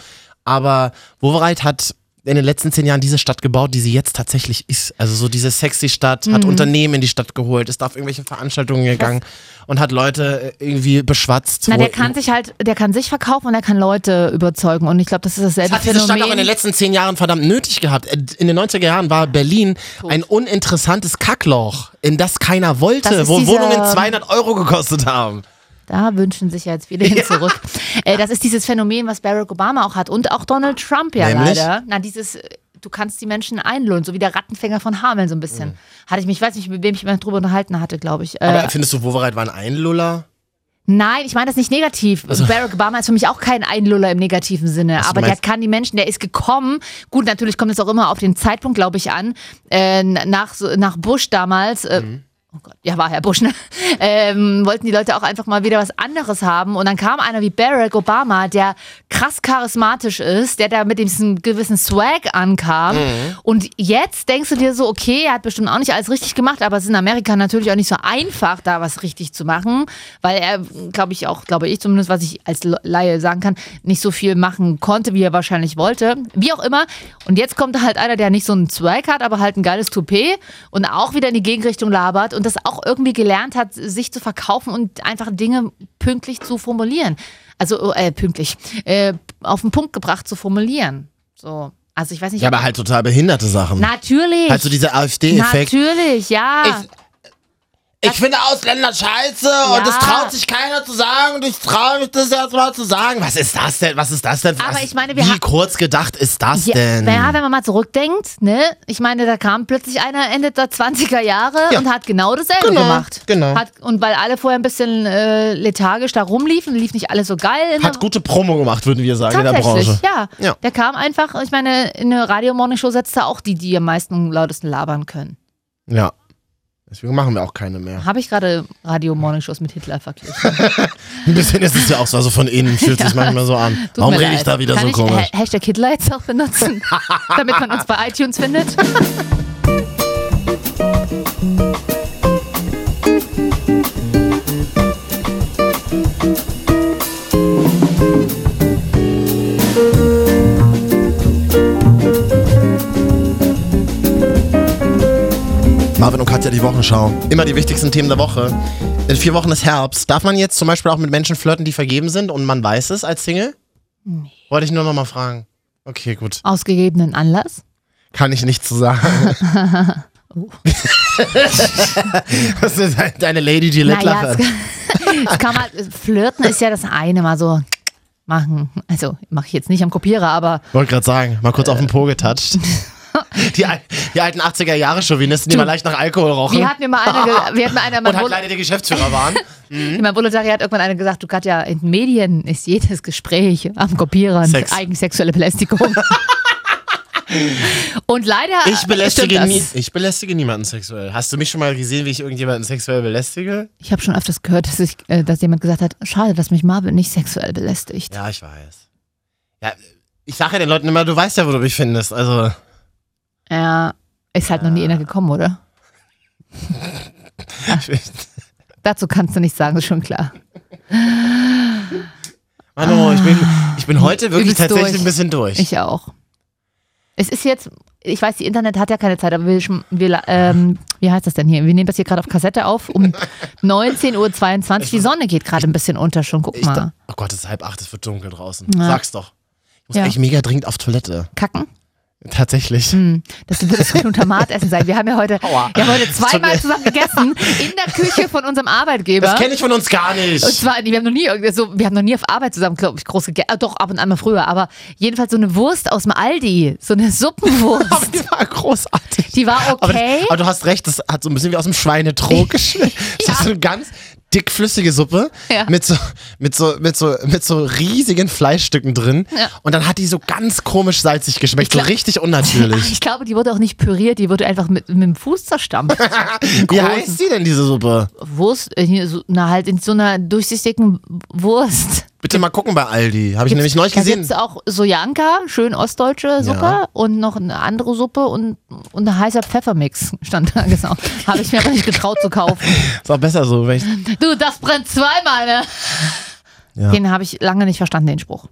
Speaker 3: Aber Wowereit hat in den letzten zehn Jahren diese Stadt gebaut, die sie jetzt tatsächlich ist. Also so diese sexy Stadt,
Speaker 1: Mhm.
Speaker 3: hat Unternehmen in die Stadt geholt, ist auf irgendwelche Veranstaltungen gegangen und hat Leute äh, irgendwie beschwatzt.
Speaker 1: na,
Speaker 3: wo-
Speaker 1: der kann sich halt, der kann sich verkaufen und er kann Leute überzeugen. Und ich glaube, das ist dasselbe
Speaker 3: hat diese
Speaker 1: Phänomen.
Speaker 3: Stadt auch in den letzten zehn Jahren verdammt nötig gehabt. Äh, In den 90er Jahren war Berlin ein uninteressantes Kackloch, in das keiner wollte,
Speaker 1: Das ist
Speaker 3: wo
Speaker 1: dieser-
Speaker 3: Wohnungen 200 Euro gekostet haben.
Speaker 1: Da wünschen sich ja jetzt viele hin zurück. Äh, das ist dieses Phänomen, was Barack Obama auch hat und auch Donald Trump ja
Speaker 3: Nämlich?
Speaker 1: leider. Na, dieses, äh, du kannst die Menschen einlullen, so wie der Rattenfänger von Hameln so ein bisschen. Hatte ich mich, weiß nicht, mit wem ich mich drüber unterhalten hatte, glaube ich. Äh,
Speaker 3: Mhm. Aber findest du, Wovereit war ein Einluller?
Speaker 1: nein, ich meine das nicht negativ. Barack Obama ist für mich auch kein Einluller im negativen Sinne, aber der
Speaker 3: Also- meinst-
Speaker 1: kann die Menschen, der ist gekommen. Gut, natürlich kommt es auch immer auf den Zeitpunkt, glaube ich, an. Äh, nach, so- nach Bush damals. Äh,
Speaker 3: Mhm.
Speaker 1: Oh Gott, ja, war Herr Bush, ne? Ähm, wollten die Leute auch einfach mal wieder was anderes haben. Und dann kam einer wie Barack Obama, der krass charismatisch ist, der da mit diesem gewissen Swag ankam. Und jetzt denkst du dir so, okay, er hat bestimmt auch nicht alles richtig gemacht, aber es ist in Amerika natürlich auch nicht so einfach, da was richtig zu machen, weil er, glaube ich, auch, glaube ich zumindest, was ich als Laie sagen kann, nicht so viel machen konnte, wie er wahrscheinlich wollte. Wie auch immer. Und jetzt kommt halt einer, der nicht so einen Zweig hat, aber halt ein geiles Toupet und auch wieder in die Gegenrichtung labert und das auch irgendwie gelernt hat, sich zu verkaufen und einfach Dinge pünktlich zu formulieren. Also, äh, pünktlich. Äh, auf den Punkt gebracht zu formulieren. So. Also, ich weiß nicht.
Speaker 3: Ja,
Speaker 1: ob-
Speaker 3: aber halt total behinderte Sachen.
Speaker 1: Natürlich.
Speaker 3: Halt so dieser AfD-Effekt.
Speaker 1: Natürlich, ja.
Speaker 2: Ich finde Ausländer scheiße und
Speaker 1: das
Speaker 2: das
Speaker 1: traut
Speaker 2: traut sich keiner zu sagen und ich traue mich das jetzt mal zu sagen.
Speaker 3: Was ist das denn? Was ist das denn?
Speaker 1: Aber
Speaker 3: was,
Speaker 1: ich meine, wir ha-
Speaker 3: Wie kurz gedacht ist das
Speaker 1: Ja,
Speaker 3: denn?
Speaker 1: naja, wenn man mal zurückdenkt, ne? Ich meine, da kam plötzlich einer Ende der 20er Jahre
Speaker 3: Ja.
Speaker 1: und hat genau dasselbe
Speaker 3: Genau,
Speaker 1: gemacht.
Speaker 3: genau.
Speaker 1: Hat, und weil alle vorher ein bisschen äh, lethargisch da rumliefen, lief nicht alles so geil. in
Speaker 3: Hat
Speaker 1: der-
Speaker 3: gute Promo gemacht, würden wir sagen, in der Branche.
Speaker 1: Tatsächlich, ja.
Speaker 3: Ja.
Speaker 1: Der kam einfach, ich meine, in eine Radio-Morning-Show setzt er auch die, die am meisten und lautesten labern können.
Speaker 3: Ja. Deswegen machen wir auch keine mehr.
Speaker 1: Habe ich gerade Radio-Morning-Shows mit Hitler verglichen?
Speaker 3: Ein bisschen ist es ja auch so, also von innen fühlt es sich manchmal so an.
Speaker 1: Tut
Speaker 3: Warum
Speaker 1: mir
Speaker 3: rede ich
Speaker 1: leid.
Speaker 3: da wieder
Speaker 1: Kann
Speaker 3: so
Speaker 1: ich
Speaker 3: komisch?
Speaker 1: Ha- Hashtag Hitler jetzt auch benutzen, damit man uns bei iTunes findet?
Speaker 3: Marvin und Katja, die Wochenschau. Immer die wichtigsten Themen der Woche. In vier Wochen ist Herbst. Darf man jetzt zum Beispiel auch mit Menschen flirten, die vergeben sind und man weiß es als Single? Nee. Wollte ich nur nochmal fragen. Okay, gut.
Speaker 1: Aus gegebenen Anlass?
Speaker 3: Kann ich nicht zu sagen. das ist halt deine Lady Gillette
Speaker 1: Naja,
Speaker 3: Lache.
Speaker 1: es, es kann mal, flirten ist ja das eine, mal so machen. Also mache ich jetzt nicht am Kopierer, aber
Speaker 3: Wollte gerade sagen, mal kurz auf den Po getatscht. Die, al- die alten 80er-Jahre-Chauvinisten, die mal leicht nach Alkohol rochen.
Speaker 1: wir hatten mir mal einer, ge- wir hatten mal einer
Speaker 3: und
Speaker 1: mein,
Speaker 3: halt
Speaker 1: Volo-
Speaker 3: leider der Geschäftsführer waren.
Speaker 1: in meinem Volontariat irgendwann einer gesagt, du Katja, in den Medien ist jedes Gespräch am Kopierer
Speaker 3: Sex.
Speaker 1: eigensexuelle Belästigung. Und leider
Speaker 3: Ich belästige,
Speaker 1: stimmt
Speaker 3: nie,
Speaker 1: das.
Speaker 3: ich belästige niemanden sexuell. Hast du mich schon mal gesehen, wie ich irgendjemanden sexuell belästige?
Speaker 1: Ich habe schon öfters gehört, dass, ich, äh, dass jemand gesagt hat, schade, dass mich Marvin nicht sexuell belästigt.
Speaker 3: Ja, ich weiß. Ja, ich sage ja den Leuten immer, du weißt ja, wo du mich findest. Also,
Speaker 1: Ja, ist halt noch nie einer gekommen, oder?
Speaker 3: ich-
Speaker 1: Dazu kannst du nichts sagen, ist schon klar.
Speaker 3: Manu, oh, ich bin, ich bin heute wirklich
Speaker 1: Übelst
Speaker 3: tatsächlich
Speaker 1: Ah, durch.
Speaker 3: ein bisschen durch.
Speaker 1: Ich auch. Es ist jetzt, ich weiß, die Internet hat ja keine Zeit, aber wir, schm- wir la- ähm, wie heißt das denn hier? Wir nehmen das hier gerade auf Kassette auf um 19.22 Uhr. Die Sonne geht gerade ein bisschen unter schon, guck
Speaker 3: Ich da-
Speaker 1: mal.
Speaker 3: oh Gott, es ist halb acht, es wird dunkel draußen.
Speaker 1: Ja.
Speaker 3: Sag's doch. Ich muss
Speaker 1: Ja.
Speaker 3: echt mega dringend auf Toilette.
Speaker 1: Kacken?
Speaker 3: Tatsächlich.
Speaker 1: Hm, das wird das Glutamatessen sein. Wir haben ja heute, wir
Speaker 3: Aua.
Speaker 1: haben heute zweimal
Speaker 3: Tut mir-
Speaker 1: zusammen gegessen in der Küche von unserem Arbeitgeber.
Speaker 3: Das kenne ich von uns gar nicht.
Speaker 1: Und zwar, nee, wir haben noch nie irgendwie so, wir haben noch nie auf Arbeit zusammen, glaube ich, groß gegessen. Doch, ab und an mal früher, aber jedenfalls so eine Wurst aus dem Aldi, so eine Suppenwurst.
Speaker 3: die war großartig.
Speaker 1: Die war
Speaker 3: Aber,
Speaker 1: okay.
Speaker 3: das, aber du hast recht, das hat so ein bisschen wie aus dem Schweinetrog geschmeckt. Das ist so ein ganz dickflüssige Suppe
Speaker 1: Ja.
Speaker 3: mit, so, mit, so, mit, so, mit so riesigen Fleischstücken drin.
Speaker 1: Ja.
Speaker 3: Und dann hat die so ganz komisch salzig geschmeckt, so
Speaker 1: glaub-
Speaker 3: richtig unnatürlich.
Speaker 1: Ich glaube, die wurde auch nicht püriert, die wurde einfach mit, mit dem Fuß zerstampft.
Speaker 3: Wie heißt die denn, diese Suppe?
Speaker 1: Wurst, äh, hier so, na halt in so einer durchsichtigen Wurst.
Speaker 3: Bitte mal gucken bei Aldi. Habe ich nämlich neulich
Speaker 1: da
Speaker 3: gesehen.
Speaker 1: gibt's auch Sojanka, schön ostdeutsche Suppe und noch eine andere Suppe und, und ein heißer Pfeffermix stand da, genau. Habe ich mir aber nicht getraut zu kaufen.
Speaker 3: Ist auch besser so. Wenn ich,
Speaker 1: Du, das brennt zweimal, ne?
Speaker 3: Ja.
Speaker 1: Den habe ich lange nicht verstanden, den Spruch.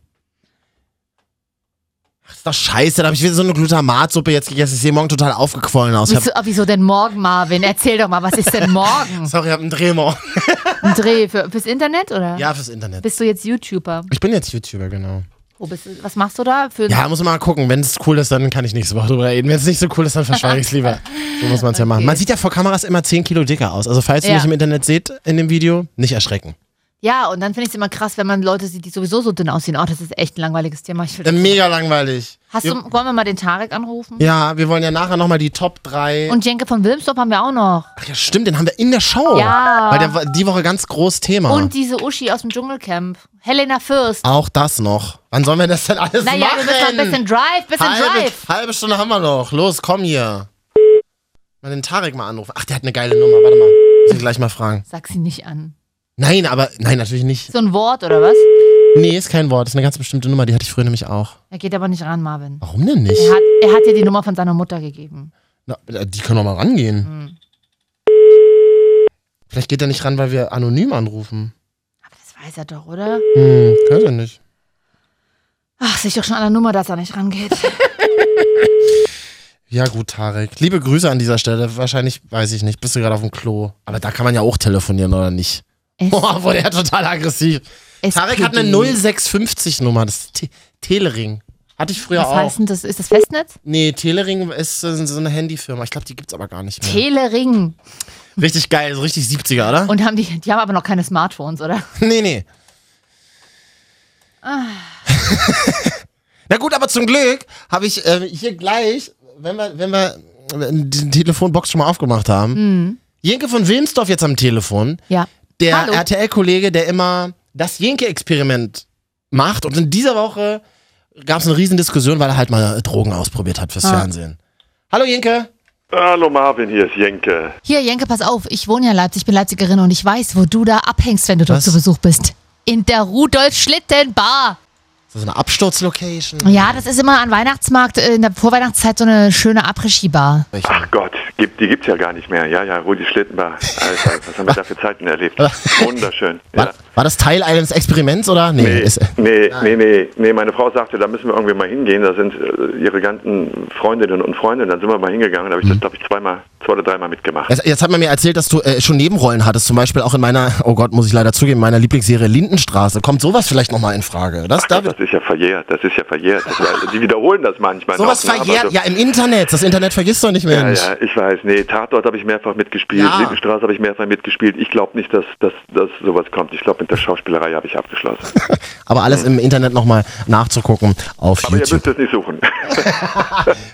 Speaker 3: das ist doch scheiße. Da habe ich wieder so eine Glutamatsuppe jetzt gegessen. Ich sehe morgen total aufgequollen aus. Ich hab,
Speaker 1: Wieso, ah, wieso denn morgen, Marvin? Erzähl doch mal, was ist denn morgen?
Speaker 3: sorry, ich habe einen Drehmor.
Speaker 1: Ein Dreh für, fürs Internet, oder?
Speaker 3: Ja, fürs Internet.
Speaker 1: Bist du jetzt YouTuber?
Speaker 3: Ich bin jetzt YouTuber, genau.
Speaker 1: Wo bist du, was machst du da? Für
Speaker 3: Ja, muss man mal gucken. Wenn es cool ist, dann kann ich nächste Woche drüber reden. Wenn es nicht so cool ist, dann verschweige ich es lieber. So muss man es ja machen. Man sieht ja vor Kameras immer 10 Kilo dicker aus. Also falls ihr
Speaker 1: Ja.
Speaker 3: mich im Internet seht in dem Video, nicht erschrecken.
Speaker 1: Ja, und dann finde ich es immer krass, wenn man Leute sieht, die sowieso so dünn aussehen. Oh, das ist echt ein langweiliges Thema. Ich will
Speaker 3: Äh, Mega langweilig.
Speaker 1: Hast du, wollen wir mal den Tarek anrufen?
Speaker 3: Ja, wir wollen ja nachher nochmal die Top 3.
Speaker 1: Und Jenke von Wilmsdorf haben wir auch noch.
Speaker 3: Ach ja, stimmt, den haben wir in der Show.
Speaker 1: Ja.
Speaker 3: Weil der war die Woche ganz groß Thema.
Speaker 1: Und diese Uschi aus dem Dschungelcamp. Helena Fürst.
Speaker 3: Auch das noch. Wann sollen wir das denn alles
Speaker 1: naja,
Speaker 3: machen?
Speaker 1: wir müssen noch ein bisschen Drive, bisschen
Speaker 3: halbe,
Speaker 1: Drive.
Speaker 3: halbe Stunde haben wir noch. Los, komm hier. Mal den Tarek mal anrufen. Ach, der hat eine geile Nummer. Warte mal. Muss ich gleich mal fragen.
Speaker 1: Sag sie nicht an.
Speaker 3: Nein, aber, nein, natürlich nicht.
Speaker 1: So ein Wort oder was?
Speaker 3: Nee, ist kein Wort. Ist eine ganz bestimmte Nummer. Die hatte ich früher nämlich auch.
Speaker 1: Er geht aber nicht ran, Marvin.
Speaker 3: Warum denn nicht?
Speaker 1: Er hat, er hat dir die Nummer von seiner Mutter gegeben.
Speaker 3: Na, die können doch mal rangehen.
Speaker 1: Hm.
Speaker 3: Vielleicht geht er nicht ran, weil wir anonym anrufen.
Speaker 1: Aber das weiß er doch, oder?
Speaker 3: Hm, könnte nicht.
Speaker 1: Ach, sehe ich doch schon an der Nummer, dass er nicht rangeht.
Speaker 3: Ja gut, Tarek. Liebe Grüße an dieser Stelle. Wahrscheinlich, weiß ich nicht, bist du gerade auf dem Klo. Aber da kann man ja auch telefonieren, oder nicht?
Speaker 1: Es-
Speaker 3: Boah, wurde er total aggressiv.
Speaker 1: Es
Speaker 3: Tarek hat eine
Speaker 1: kriegt ihn.
Speaker 3: 0650-Nummer, das ist Te Telering. Hatte ich früher
Speaker 1: Was
Speaker 3: auch.
Speaker 1: heißt denn das? Ist das Festnetz?
Speaker 3: Nee, Telering ist äh, so eine Handyfirma. Ich glaube, die gibt's aber gar nicht mehr.
Speaker 1: Telering.
Speaker 3: richtig geil, so richtig 70er, oder?
Speaker 1: Und haben die, die haben aber noch keine Smartphones, oder?
Speaker 3: Nee, nee. Na gut, aber zum Glück habe ich ähm, hier gleich, wenn wir, wenn wir äh, die Telefonbox schon mal aufgemacht haben, Jenke von Wilmsdorf jetzt am Telefon,
Speaker 1: Ja.
Speaker 3: der
Speaker 1: Hallo.
Speaker 3: RTL-Kollege, der immer das Jenke-Experiment macht. Und in dieser Woche gab es eine Riesendiskussion, weil er halt mal Drogen ausprobiert hat fürs Fernsehen. Hallo Jenke.
Speaker 4: Hallo Marvin, hier ist Jenke.
Speaker 1: Hier, Jenke, pass auf. Ich wohne ja in Leipzig, bin Leipzigerin und ich weiß, wo du da abhängst, wenn du dort
Speaker 3: Was?
Speaker 1: zu Besuch bist. In der Rudolf-Schlitten-Bar.
Speaker 3: Das ist eine Absturzlocation.
Speaker 1: Ja, das ist immer an Weihnachtsmarkt äh, in der Vorweihnachtszeit so eine schöne Après-Ski-Bar.
Speaker 4: Ach Gott, gibt, die gibt's ja gar nicht mehr. Ja, ja, Rudi Schlittenbach. Alter, was haben wir da für Zeiten erlebt? Wunderschön. Ja.
Speaker 3: War, war das Teil eines Experiments oder? Nee,
Speaker 4: Nee,
Speaker 3: ist,
Speaker 4: nee, nee, nee, nee, meine Frau sagte, da müssen wir irgendwie mal hingehen. Da sind äh, ihre ganzen Freundinnen und Freunde. Dann sind wir mal hingegangen. Da habe ich
Speaker 3: Mhm.
Speaker 4: das, glaube ich, zweimal, zwei oder dreimal mitgemacht.
Speaker 3: Jetzt, jetzt hat man mir erzählt, dass du äh, schon Nebenrollen hattest, zum Beispiel auch in meiner, oh Gott, muss ich leider zugeben, meiner Lieblingsserie Lindenstraße. Kommt sowas vielleicht nochmal in Frage? Das, da,
Speaker 4: Das ist ja verjährt, das ist ja verjährt. Das war, die wiederholen das manchmal.
Speaker 3: sowas
Speaker 4: noch, ne? Aber
Speaker 3: verjährt,
Speaker 4: so-
Speaker 3: ja, im Internet. Das Internet vergisst doch nicht,
Speaker 4: Ja,
Speaker 3: Mensch.
Speaker 4: ja, ich weiß. Nee, Tatort habe ich mehrfach mitgespielt,
Speaker 3: Ja.
Speaker 4: Lindenstraße habe ich mehrfach mitgespielt. Ich glaube nicht, dass, dass, dass sowas kommt. Ich glaube, mit der Schauspielerei habe ich abgeschlossen.
Speaker 3: Aber alles im Internet nochmal nachzugucken auf
Speaker 4: Aber ihr
Speaker 3: YouTube.
Speaker 4: müsst es nicht suchen.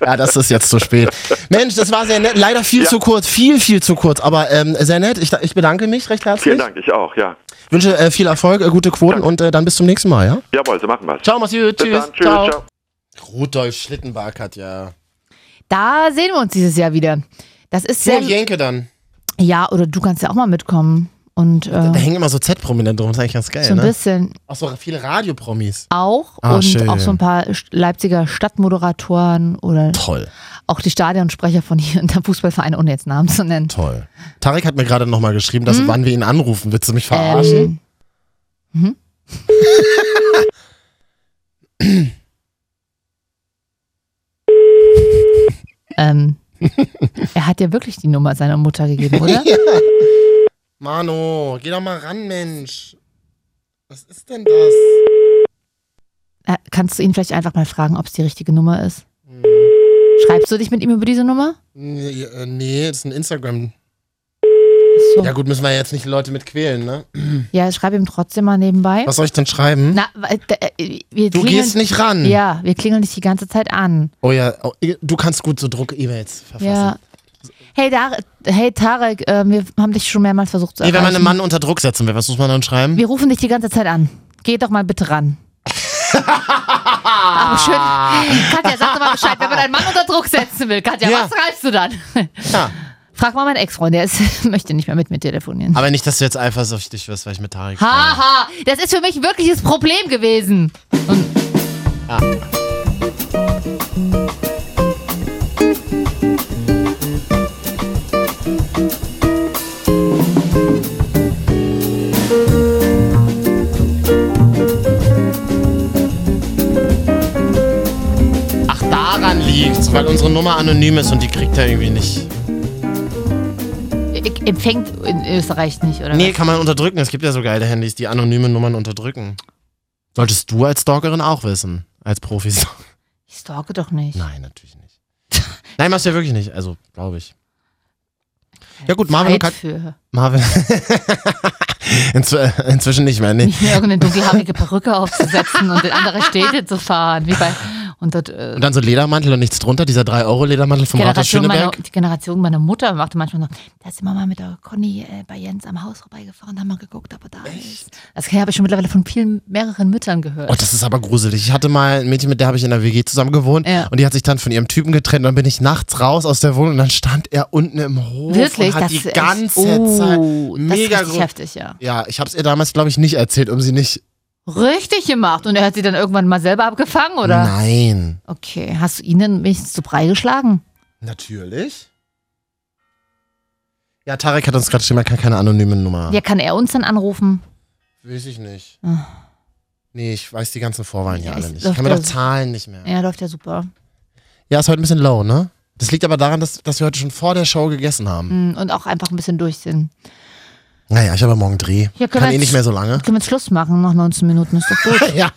Speaker 3: Ja, das ist jetzt zu spät. Mensch, das war sehr nett. Leider viel
Speaker 4: Ja.
Speaker 3: zu kurz, viel, viel zu kurz, aber ähm, sehr nett. Ich, ich bedanke mich recht herzlich.
Speaker 4: Vielen Dank, ich auch, ja.
Speaker 3: Wünsche äh, viel Erfolg, äh, gute Quoten und äh, dann bis zum nächsten Mal, ja?
Speaker 4: Jawohl, so machen wir's.
Speaker 3: Ciao, mach's gut.
Speaker 4: Bis
Speaker 3: Tschüss.
Speaker 4: dann, tschüss, ciao.
Speaker 3: Rudolf Schlittenbach hat ja.
Speaker 1: Da sehen wir uns dieses Jahr wieder. Das ist
Speaker 3: Du
Speaker 1: sehr.
Speaker 3: und Jenke dann.
Speaker 1: Ja, oder du kannst ja auch mal mitkommen. Und
Speaker 3: Da
Speaker 1: äh,
Speaker 3: hängen immer so Z-Prominente rum, Ah. das ist eigentlich ganz geil,
Speaker 1: so ein
Speaker 3: ne?
Speaker 1: bisschen
Speaker 3: Auch so viele Radiopromis.
Speaker 1: auch.
Speaker 3: Ah,
Speaker 1: und
Speaker 3: schön.
Speaker 1: auch so ein paar Leipziger Stadtmoderatoren oder
Speaker 3: Toll,
Speaker 1: auch die Stadionsprecher von hier und der Fußballverein, ohne jetzt Namen zu nennen.
Speaker 3: toll. Tarek hat mir gerade nochmal geschrieben, dass wann wir ihn anrufen. Willst du mich verarschen?
Speaker 1: Ähm, mhm. ähm, er hat dir wirklich die Nummer seiner Mutter
Speaker 3: Ähm,
Speaker 1: gegeben, oder?
Speaker 3: Mano, geh doch mal ran, Mensch. Was ist denn das?
Speaker 1: Äh, Kannst du ihn vielleicht einfach mal fragen, ob es die richtige Nummer ist?
Speaker 3: Mhm.
Speaker 1: Schreibst du dich mit ihm über diese Nummer?
Speaker 3: Nee, äh, nee, das ist ein Instagram.
Speaker 1: So.
Speaker 3: Ja
Speaker 1: Ja,
Speaker 3: gut, müssen wir jetzt nicht die Leute mit quälen, ne?
Speaker 1: schreib ihm trotzdem mal nebenbei.
Speaker 3: Was soll ich denn schreiben?
Speaker 1: Na, weil, äh, wir
Speaker 3: du
Speaker 1: klingeln,
Speaker 3: gehst nicht ran.
Speaker 1: Ja, wir klingeln dich die ganze Zeit an.
Speaker 3: Oh ja, oh, du kannst gut so Druck-E-Mails verfassen.
Speaker 1: Ja, Hey, Dar hey Tarek, äh, wir haben dich schon mehrmals versucht zu
Speaker 3: Nee, wenn man einen
Speaker 1: erreichen.
Speaker 3: Mann unter Druck setzen will, was muss man dann schreiben?
Speaker 1: wir rufen dich die ganze Zeit an. Geh doch mal bitte ran. Aber schön. Katja, sag doch mal Bescheid, wenn man einen Mann unter Druck setzen will. Katja,
Speaker 3: Ja.
Speaker 1: was schreibst du dann?
Speaker 3: Ja.
Speaker 1: Frag mal meinen Ex-Freund, der ist, möchte nicht mehr mit mir telefonieren.
Speaker 3: Aber nicht, dass du jetzt eifersüchtig wirst, weil ich mit Tarek schreibe.
Speaker 1: Haha, das ist für mich wirklich das Problem gewesen.
Speaker 3: Ach, daran liegt's, weil unsere Nummer anonym ist und die kriegt er irgendwie nicht.
Speaker 1: Ich- Empfängt in Österreich nicht, oder?
Speaker 3: Nee,
Speaker 1: was?
Speaker 3: kann man unterdrücken. Es gibt ja so geile Handys, die anonyme Nummern unterdrücken. Solltest du als Stalkerin auch wissen. Als Profi.
Speaker 1: Ich stalke doch nicht.
Speaker 3: Nein, natürlich nicht. Nein, machst du ja wirklich nicht. Also, glaube ich. Ja gut, Marvin,
Speaker 1: Zeit
Speaker 3: Kat
Speaker 1: für.
Speaker 3: Marvin. Inzw inzwischen nicht mehr, nee.
Speaker 1: Nicht mehr irgendeine dunkelhaarige Perücke aufzusetzen und in andere Städte zu fahren, wie bei und dort, äh,
Speaker 3: Und dann so Ledermantel und nichts drunter, dieser 3-Euro-Ledermantel vom Rathaus
Speaker 1: Generation meiner,
Speaker 3: Schöneberg.
Speaker 1: die Generation meiner Mutter machte manchmal noch, da ist die Mama mit der Conny äh, bei Jens am Haus vorbeigefahren, da haben wir geguckt, ob er da ist. Das habe ich schon mittlerweile von vielen, mehreren Müttern gehört.
Speaker 3: Oh, das ist aber gruselig. Ich hatte mal ein Mädchen, mit der habe ich in der WG zusammen gewohnt
Speaker 1: Ja.
Speaker 3: und die hat sich dann von ihrem Typen getrennt. Dann bin ich nachts raus aus der Wohnung und dann stand er unten im Hof
Speaker 1: Wirklich?
Speaker 3: und hat
Speaker 1: das
Speaker 3: die
Speaker 1: ist,
Speaker 3: ganze Zeit
Speaker 1: oh,
Speaker 3: mega
Speaker 1: das ist richtig
Speaker 3: gruselig.
Speaker 1: heftig, ja.
Speaker 3: Ja, ich habe es ihr damals, glaube ich, nicht erzählt, um sie nicht.
Speaker 1: Richtig gemacht. Und er hat sie dann irgendwann mal selber abgefangen, oder?
Speaker 3: Nein.
Speaker 1: Okay. Hast du ihn denn wenigstens zu Brei geschlagen?
Speaker 3: Natürlich. Ja, Tarek hat uns gerade geschrieben, er kann keine anonyme Nummer.
Speaker 1: Ja, kann er uns dann anrufen?
Speaker 3: Weiß ich nicht.
Speaker 1: Ah.
Speaker 3: Nee, ich weiß die ganzen Vorwahlen ja
Speaker 1: Ja,
Speaker 3: alle
Speaker 1: es
Speaker 3: nicht. Ich
Speaker 1: läuft
Speaker 3: kann mir doch
Speaker 1: ja so-
Speaker 3: Zahlen nicht mehr.
Speaker 1: Ja, läuft ja super.
Speaker 3: Ja, ist heute ein bisschen low, ne? Das liegt aber daran, dass, dass wir heute schon vor der Show gegessen haben.
Speaker 1: Mm, Und auch einfach ein bisschen durch sind.
Speaker 3: Naja, ich habe morgen Dreh.
Speaker 1: Ja, können
Speaker 3: Kann
Speaker 1: wir
Speaker 3: eh
Speaker 1: jetzt-
Speaker 3: nicht mehr so lange.
Speaker 1: Können wir jetzt Schluss machen? Nach 19 Minuten ist doch gut.
Speaker 3: ja,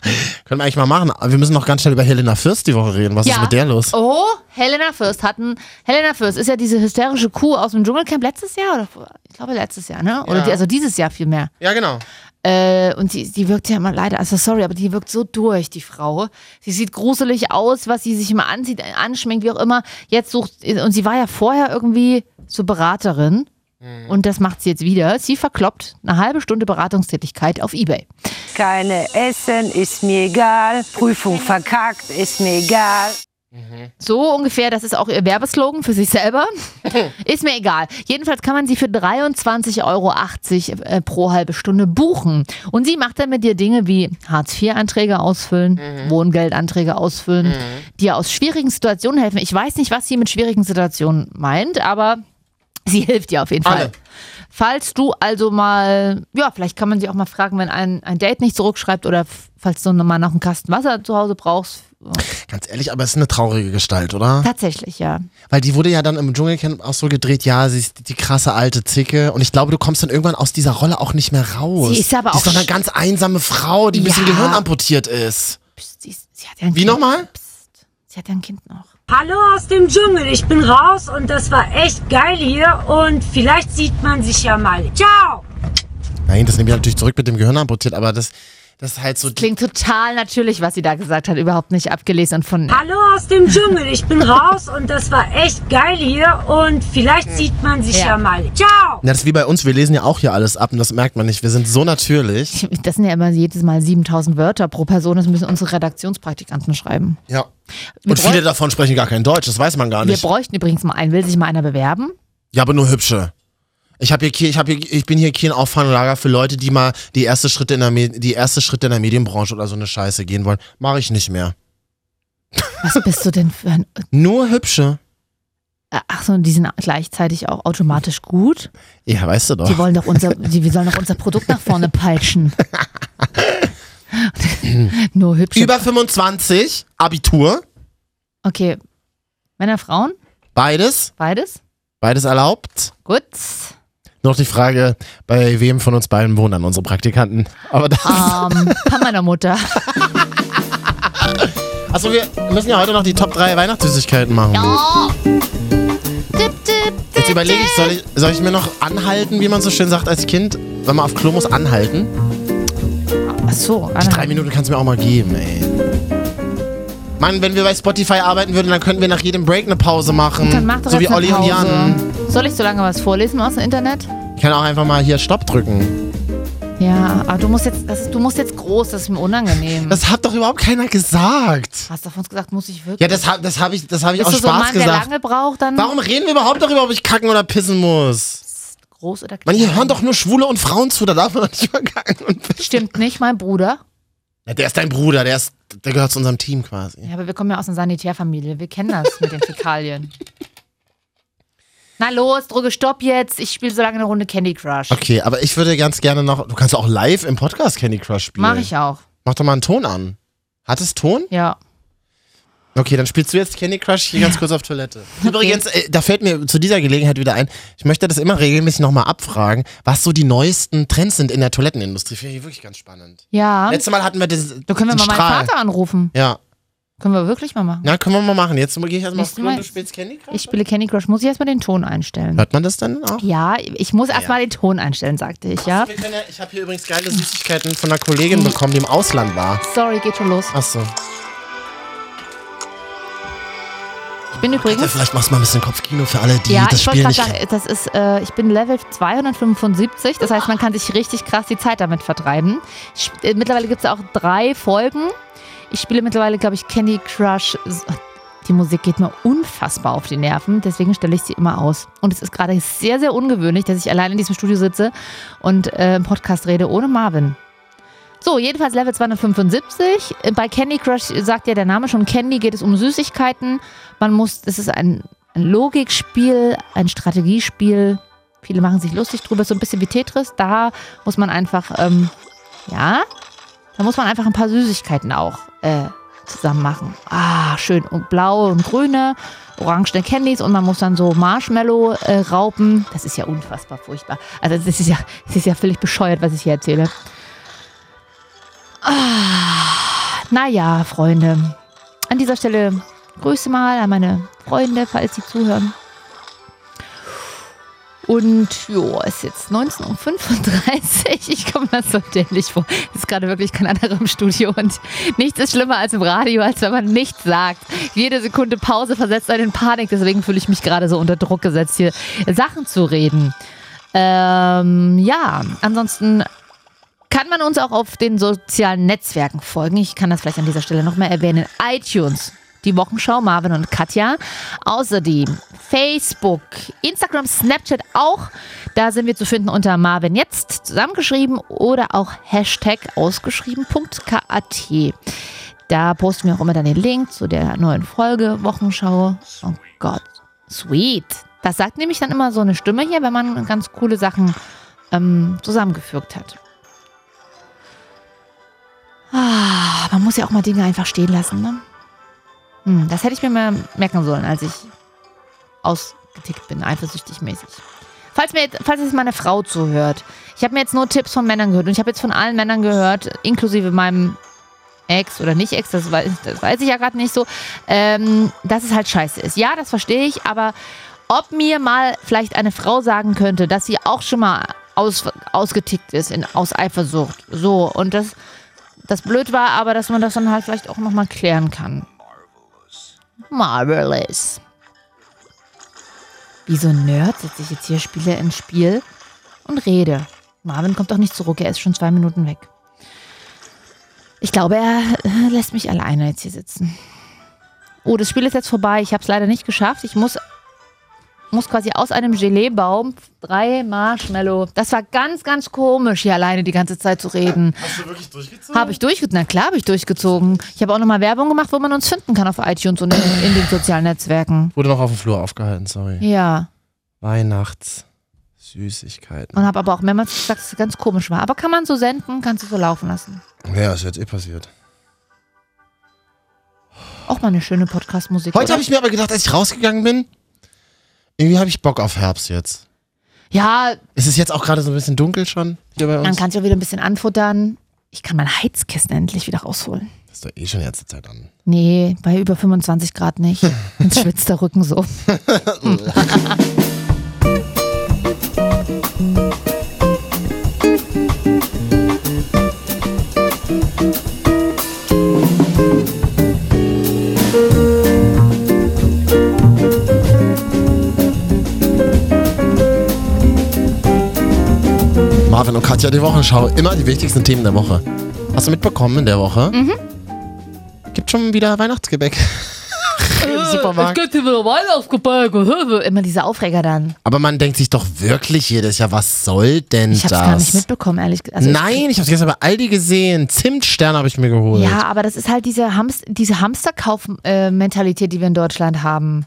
Speaker 3: können wir eigentlich mal machen. Aber wir müssen noch ganz schnell über Helena Fürst die Woche reden. Was
Speaker 1: Ja.
Speaker 3: ist mit der los?
Speaker 1: Oh, Helena Fürst hatten. Helena Fürst ist ja diese hysterische Kuh aus dem Dschungelcamp letztes Jahr oder vor- ich glaube letztes Jahr, ne? Oder
Speaker 3: Ja.
Speaker 1: die, also dieses Jahr vielmehr.
Speaker 3: Ja, genau.
Speaker 1: Äh, und die, die wirkt ja immer leider, also sorry, aber die wirkt so durch, die Frau. Sie sieht gruselig aus, was sie sich immer anzieht, anschminkt, wie auch immer. Jetzt sucht, und sie war ja vorher irgendwie zur Beraterin. Und das macht sie jetzt wieder. Sie verkloppt eine halbe Stunde Beratungstätigkeit auf Ebay.
Speaker 5: Keine Essen, ist mir egal. Prüfung verkackt, ist mir egal.
Speaker 1: So ungefähr, das ist auch ihr Werbeslogan für sich selber. ist mir egal. Jedenfalls kann man sie für 23,80 Euro äh, pro halbe Stunde buchen. Und sie macht dann mit dir Dinge wie Hartz-IV-Anträge ausfüllen, Wohngeldanträge ausfüllen, dir aus schwierigen Situationen helfen. Ich weiß nicht, was sie mit schwierigen Situationen meint, aber sie hilft dir auf jeden Fall.
Speaker 3: Alle.
Speaker 1: Falls du also mal, ja, vielleicht kann man sie auch mal fragen, wenn ein, ein Date nicht zurückschreibt oder f- falls du nochmal noch einen Kasten Wasser zu Hause brauchst.
Speaker 3: Ganz ehrlich, aber es ist eine traurige Gestalt, oder?
Speaker 1: Tatsächlich, ja.
Speaker 3: Weil die wurde ja dann im Dschungelcamp auch so gedreht, ja, sie ist die krasse alte Zicke. Und ich glaube, du kommst dann irgendwann aus dieser Rolle auch nicht mehr raus.
Speaker 1: Sie ist aber
Speaker 3: die ist
Speaker 1: auch
Speaker 3: doch eine
Speaker 1: sch-
Speaker 3: ganz einsame Frau, die ein bisschen
Speaker 1: Ja.
Speaker 3: Gehirn amputiert ist.
Speaker 1: Psst, Sie, ist- sie hat ja ein
Speaker 3: Wie
Speaker 1: Kind.
Speaker 3: nochmal?
Speaker 1: Psst, sie hat ja ein Kind noch.
Speaker 6: Hallo aus dem Dschungel, ich bin raus und das war echt geil hier und vielleicht sieht man sich ja mal. Ciao!
Speaker 3: Nein, das nehme ich natürlich zurück mit dem Gehirn amputiert, aber das, das ist halt so.
Speaker 1: Klingt total natürlich, was sie da gesagt hat. Überhaupt nicht abgelesen und von.
Speaker 6: Hallo aus dem Dschungel, ich bin raus und das war echt geil hier und vielleicht sieht man sich
Speaker 1: Ja.
Speaker 6: ja mal. Ciao!
Speaker 3: Ja, das ist wie bei uns, wir lesen ja auch hier alles ab und das merkt man nicht. Wir sind so natürlich.
Speaker 1: Das sind ja immer jedes Mal 7000 Wörter pro Person. Das müssen unsere Redaktionspraktikanten schreiben.
Speaker 3: Ja.
Speaker 1: Wir
Speaker 3: Und viele
Speaker 1: bräuch-
Speaker 3: davon sprechen gar kein Deutsch, das weiß man gar
Speaker 1: Wir
Speaker 3: nicht.
Speaker 1: bräuchten übrigens mal einen. Will sich mal einer bewerben?
Speaker 3: Ja, aber nur hübsche. Ich habe hier, Kiel- ich hab hier, ich bin hier Kiel ein Auffanglager für Leute, die mal die erste Schritte in der, Me die erste Schritte in der Medienbranche oder so eine Scheiße gehen wollen. Mache ich nicht mehr.
Speaker 1: Was bist du denn für ein. äh,
Speaker 3: Nur hübsche.
Speaker 1: Ach so, und die sind gleichzeitig auch automatisch gut.
Speaker 3: Ja, weißt du
Speaker 1: Die
Speaker 3: doch.
Speaker 1: wollen doch unser, die, wir sollen doch unser Produkt nach vorne peitschen. Nur hübsch.
Speaker 3: Über 25, Abitur,
Speaker 1: Okay. Männer, Frauen,
Speaker 3: beides,
Speaker 1: beides.
Speaker 3: beides erlaubt.
Speaker 1: Gut.
Speaker 3: Nur Noch die Frage, bei wem von uns beiden wohnen dann unsere Praktikanten? Aber das.
Speaker 1: Ähm, von meiner Mutter.
Speaker 3: Achso, wir müssen ja heute noch die Top 3 Weihnachtssüßigkeiten machen.
Speaker 1: Oh. Tipp, tipp,
Speaker 3: Jetzt
Speaker 1: tipp,
Speaker 3: überlege ich
Speaker 1: tipp.
Speaker 3: soll, ich, soll ich mir noch anhalten, wie man so schön sagt als Kind? Wenn man auf Klo muss, anhalten.
Speaker 1: Ach so,
Speaker 3: Drei Minuten kannst du mir auch mal geben, ey. Mann, wenn wir bei Spotify arbeiten würden, dann könnten wir nach jedem Break eine Pause machen.
Speaker 1: Dann mach doch
Speaker 3: so
Speaker 1: jetzt
Speaker 3: wie Olli
Speaker 1: eine
Speaker 3: und
Speaker 1: Pause.
Speaker 3: Jan.
Speaker 1: Soll ich so lange was vorlesen aus dem Internet?
Speaker 3: Ich kann auch einfach mal hier Stopp drücken.
Speaker 1: Ja, aber du musst jetzt, das, du musst jetzt groß, das ist mir unangenehm.
Speaker 3: Das hat doch überhaupt keiner gesagt.
Speaker 1: Hast du von uns gesagt, muss ich wirklich?
Speaker 3: Ja, das, hab- das habe ich, das hab ich
Speaker 1: Bist
Speaker 3: aus
Speaker 1: du so ein
Speaker 3: Spaß
Speaker 1: Mann, der
Speaker 3: gesagt.
Speaker 1: lange braucht, dann
Speaker 3: Warum reden wir überhaupt darüber, ob ich kacken oder pissen muss?
Speaker 1: groß oder klein?
Speaker 3: Man, hier hören doch nur Schwule und Frauen zu, da darf man doch nicht über kacken und pissen.
Speaker 1: Stimmt nicht, mein Bruder.
Speaker 3: Ja, der ist dein Bruder, der, ist, der gehört zu unserem Team quasi.
Speaker 1: Ja, aber wir kommen ja aus einer Sanitärfamilie. Wir kennen das mit den Fäkalien. Na los, drücke Stopp jetzt. Ich spiele so lange eine Runde Candy Crush.
Speaker 3: Okay, aber ich würde ganz gerne noch, du kannst auch live im Podcast Candy Crush spielen.
Speaker 1: Mach ich auch.
Speaker 3: Mach doch mal einen Ton an. Hat es Ton?
Speaker 1: Ja.
Speaker 3: Okay, dann spielst du jetzt Candy Crush hier ganz kurz auf Toilette. Übrigens, äh, da fällt mir zu dieser Gelegenheit wieder ein, ich möchte das immer regelmäßig nochmal abfragen, was so die neuesten Trends sind in der Toilettenindustrie. Finde ich wirklich ganz spannend.
Speaker 1: Ja.
Speaker 3: Letztes Mal hatten wir das.
Speaker 1: Da können wir mal
Speaker 3: den
Speaker 1: meinen
Speaker 3: Strahl.
Speaker 1: Vater anrufen.
Speaker 3: Ja.
Speaker 1: Können wir wirklich mal machen.
Speaker 3: Na, können wir mal machen. Jetzt gehe ich erstmal auf
Speaker 1: Nächstes
Speaker 3: Klo und
Speaker 1: Mal-
Speaker 3: du spielst Candy Crush.
Speaker 1: Ich spiele Candy Crush. Muss ich erstmal den Ton einstellen?
Speaker 3: Hört man das dann auch?
Speaker 1: Ja, ich muss erstmal den Ton einstellen, sagte ich, ja.
Speaker 3: Wir können ja ich habe hier übrigens geile Süßigkeiten von einer Kollegin bekommen, die im Ausland war.
Speaker 1: Sorry, geht schon los.
Speaker 3: Achso.
Speaker 1: Ich bin übrigens.
Speaker 3: Vielleicht machst du mal ein bisschen Kopfkino für alle, die
Speaker 1: Ja,
Speaker 3: das
Speaker 1: ich wollte
Speaker 3: Spiel
Speaker 1: gerade
Speaker 3: nicht
Speaker 1: sagen, das ist, äh, ich bin Level 275, das heißt, man kann sich richtig krass die Zeit damit vertreiben. Ich, sp- äh, mittlerweile gibt es auch drei Folgen. Ich spiele mittlerweile, glaube ich, Candy Crush. S- Die Musik geht mir unfassbar auf die Nerven, deswegen stelle ich sie immer aus. Und es ist gerade sehr, sehr ungewöhnlich, dass ich allein in diesem Studio sitze und äh, im Podcast rede ohne Marvin. So, jedenfalls Level 275. Äh, Bei Candy Crush sagt ja der Name schon, Candy geht es um Süßigkeiten. Man muss, es ist ein, ein Logikspiel, ein Strategiespiel. Viele machen sich lustig drüber, so ein bisschen wie Tetris. Da muss man einfach, ähm, ja, da muss man einfach ein paar Süßigkeiten auch äh, zusammen machen. Ah, schön. Und blaue und grüne, orangene Candies und man muss dann so Marshmallow äh, raupen. Das ist ja unfassbar furchtbar. Also das ist ja, das ist ja völlig bescheuert, was ich hier erzähle. Naja, Freunde. An dieser Stelle Grüße mal an meine Freunde, falls sie zuhören. Und jo, ist jetzt 19.35 Uhr. Ich komme mir so dämlich vor. Ist gerade wirklich kein anderer im Studio und nichts ist schlimmer als im Radio, als wenn man nichts sagt. Jede Sekunde Pause versetzt einen in Panik. Deswegen fühle ich mich gerade so unter Druck gesetzt, hier Sachen zu reden. Ähm, ja, ansonsten kann man uns auch auf den sozialen Netzwerken folgen. Ich kann das vielleicht an dieser Stelle nochmal erwähnen. iTunes, die Wochenschau, Marvin und Katja. Außerdem Facebook, Instagram, Snapchat auch. Da sind wir zu finden unter Marvin jetzt zusammengeschrieben oder auch Hashtag ausgeschrieben.kat. Da posten wir auch immer dann den Link zu der neuen Folge Wochenschau. Oh Gott, sweet. Das sagt nämlich dann immer so eine Stimme hier, wenn man ganz coole Sachen ähm, zusammengefügt hat. Ah, man muss ja auch mal Dinge einfach stehen lassen, ne? Hm, das hätte ich mir mal merken sollen, als ich ausgetickt bin, eifersüchtig mäßig. Falls, mir jetzt, falls jetzt meine Frau zuhört, ich habe mir jetzt nur Tipps von Männern gehört und ich habe jetzt von allen Männern gehört, inklusive meinem Ex oder nicht Ex, das weiß, das weiß ich ja gerade nicht so, ähm, dass es halt scheiße ist. Ja, das verstehe ich, aber ob mir mal vielleicht eine Frau sagen könnte, dass sie auch schon mal aus, ausgetickt ist in, aus Eifersucht. So, und das, das blöd war, aber dass man das dann halt vielleicht auch nochmal klären kann. Marvelous. Wie so ein Nerd sitze ich jetzt hier, spiele im Spiel und rede. Marvin kommt auch nicht zurück, er ist schon zwei Minuten weg. Ich glaube, er äh, lässt mich alleine jetzt hier sitzen. Oh, das Spiel ist jetzt vorbei. Ich habe es leider nicht geschafft. Ich muss, muss quasi aus einem Geleebaum drei Marshmallow. Das war ganz, ganz komisch, hier alleine die ganze Zeit zu reden.
Speaker 3: Hast du wirklich durchgezogen?
Speaker 1: Habe ich durchgezogen? Na klar, habe ich durchgezogen. Ich habe auch nochmal Werbung gemacht, wo man uns finden kann auf iTunes und in, in den sozialen Netzwerken.
Speaker 3: Wurde noch auf dem Flur aufgehalten, sorry.
Speaker 1: Ja.
Speaker 3: Weihnachts. Süßigkeiten.
Speaker 1: Und habe aber auch mehrmals gesagt, dass es ganz komisch war. Aber kann man so senden, kannst du so laufen lassen.
Speaker 3: Ja, ist jetzt eh passiert.
Speaker 1: Auch mal eine schöne Podcast-Musik.
Speaker 3: Heute
Speaker 1: oder?
Speaker 3: habe ich mir aber gedacht, als ich rausgegangen bin, irgendwie habe ich Bock auf Herbst jetzt.
Speaker 1: Ja,
Speaker 3: Es ist jetzt auch gerade so ein bisschen dunkel schon hier bei
Speaker 1: dann
Speaker 3: uns.
Speaker 1: kannst du wieder ein bisschen anfuttern. Ich kann mein Heizkissen endlich wieder rausholen.
Speaker 3: Das ist doch eh schon die ganze Zeit an.
Speaker 1: Nee, bei über 25 Grad nicht. Jetzt schwitzt der Rücken so.
Speaker 3: Wochen und Katja die Wochenschau. Immer die wichtigsten Themen der Woche. Hast du mitbekommen in der Woche? Mhm. Gibt schon wieder Weihnachtsgebäck. Im Supermarkt.
Speaker 1: gibt hier wieder Weihnachtsgebäck. Immer diese Aufreger dann.
Speaker 3: Aber man denkt sich doch wirklich jedes Jahr, was soll denn
Speaker 1: Ich hab's
Speaker 3: das?
Speaker 1: gar nicht mitbekommen, ehrlich gesagt. Also ich-
Speaker 3: Nein, ich hab's gestern bei Aldi gesehen. Zimtstern habe ich mir geholt.
Speaker 1: Ja, aber das ist halt diese, Hamst diese Hamsterkauf-Mentalität, die wir in Deutschland haben.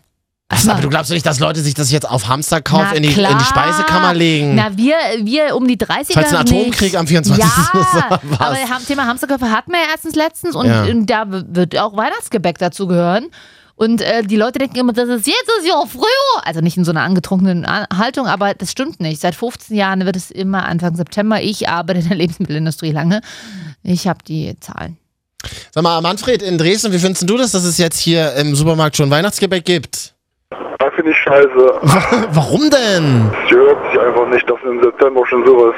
Speaker 3: Was, aber du glaubst doch nicht, dass Leute sich das jetzt auf Hamsterkauf
Speaker 1: Na
Speaker 3: in die, in
Speaker 1: klar.
Speaker 3: die Speisekammer legen?
Speaker 1: Na, wir, wir um die 30er.
Speaker 3: Falls ein Atomkrieg
Speaker 1: nicht.
Speaker 3: am 24.
Speaker 1: Ja,
Speaker 3: ist, was?
Speaker 1: aber ham- Thema Hamsterköpfe hatten wir ja erstens letztens und,
Speaker 3: Ja.
Speaker 1: ähm, da w- wird auch Weihnachtsgebäck dazu gehören. Und äh, die Leute denken immer, das ist jetzt ist ja früher. Also nicht in so einer angetrunkenen A- Haltung, aber das stimmt nicht. Seit 15 Jahren wird es immer Anfang September. Ich arbeite in der Lebensmittelindustrie lange. Ich habe die Zahlen.
Speaker 3: Sag mal, Manfred, in Dresden, wie findest du das, dass es jetzt hier im Supermarkt schon Weihnachtsgebäck gibt?
Speaker 7: Das finde ich scheiße.
Speaker 3: Warum denn?
Speaker 7: Es gehört sich einfach nicht, dass im September schon sowas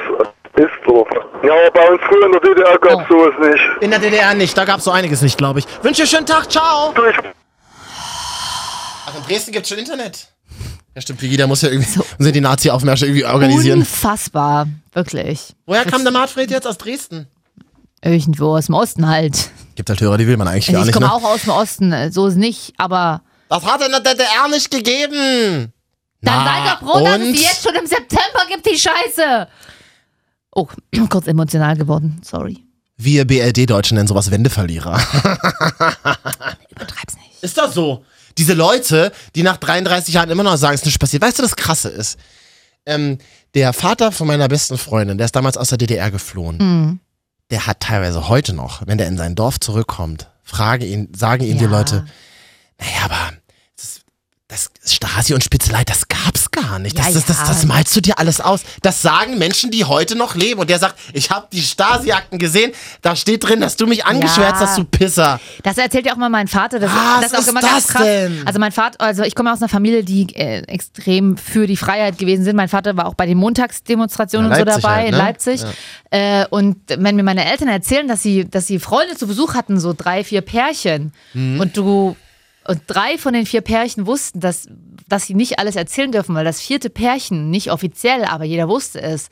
Speaker 7: ist. So. Ja, aber bei uns früher in der DDR gab es sowas nicht.
Speaker 3: In der DDR nicht, da gab es so einiges nicht, glaube ich. Wünsche schönen Tag, ciao!
Speaker 7: Du, ich
Speaker 3: Ach, in Dresden gibt's schon Internet. Ja, stimmt, Piggy, da muss ja irgendwie müssen die Nazi-Aufmärsche irgendwie organisieren.
Speaker 1: Unfassbar, wirklich.
Speaker 3: Woher kam der Manfred jetzt? Aus Dresden?
Speaker 1: Irgendwo aus dem Osten halt.
Speaker 3: Gibt halt Hörer, die will man eigentlich
Speaker 1: Also
Speaker 3: gar
Speaker 1: ich
Speaker 3: nicht,
Speaker 1: komme
Speaker 3: ne?
Speaker 1: auch aus dem Osten, äh, so ist nicht, aber
Speaker 3: Das hat in der DDR nicht gegeben!
Speaker 1: dann
Speaker 3: Na,
Speaker 1: sei doch froh, dass es
Speaker 3: und?
Speaker 1: die jetzt schon im September gibt, die Scheiße. Oh, kurz emotional geworden, sorry.
Speaker 3: Wir BRD-Deutschen nennen sowas Wendeverlierer.
Speaker 1: Übertreib's nicht.
Speaker 3: Ist das so? Diese Leute, die nach 33 Jahren immer noch sagen, es ist nicht passiert. Weißt du, das Krasse ist? Ähm, der Vater von meiner besten Freundin, der ist damals aus der DDR geflohen.
Speaker 1: Hm.
Speaker 3: Der hat teilweise heute noch, wenn der in sein Dorf zurückkommt, frage ihn, sagen ihm die
Speaker 1: Ja.
Speaker 3: Leute, naja, aber das, das Stasi und Spitzelei, das gab's gar nicht. Das,
Speaker 1: Ja,
Speaker 3: das, das,
Speaker 1: ja.
Speaker 3: das malst du dir alles aus. Das sagen Menschen, die heute noch leben. Und der sagt, ich habe die Stasi-Akten gesehen, da steht drin, dass du mich angeschwärzt
Speaker 1: Ja.
Speaker 3: hast, du Pisser.
Speaker 1: Das erzählt ja auch mal mein Vater. Das,
Speaker 3: Was
Speaker 1: das auch
Speaker 3: ist
Speaker 1: immer
Speaker 3: das
Speaker 1: ganz krass.
Speaker 3: denn?
Speaker 1: Also mein Vater, also ich komme aus einer Familie, die äh, extrem für die Freiheit gewesen sind. Mein Vater war auch bei den Montagsdemonstrationen
Speaker 3: Ja,
Speaker 1: und so
Speaker 3: Leipzig
Speaker 1: dabei
Speaker 3: halt,
Speaker 1: in
Speaker 3: ne?
Speaker 1: Leipzig. Äh, und wenn mir meine Eltern erzählen, dass sie, dass sie Freunde zu Besuch hatten, so drei, vier Pärchen,
Speaker 3: Mhm.
Speaker 1: und du und drei von den vier Pärchen wussten, dass, dass sie nicht alles erzählen dürfen, weil das vierte Pärchen nicht offiziell, aber jeder wusste es.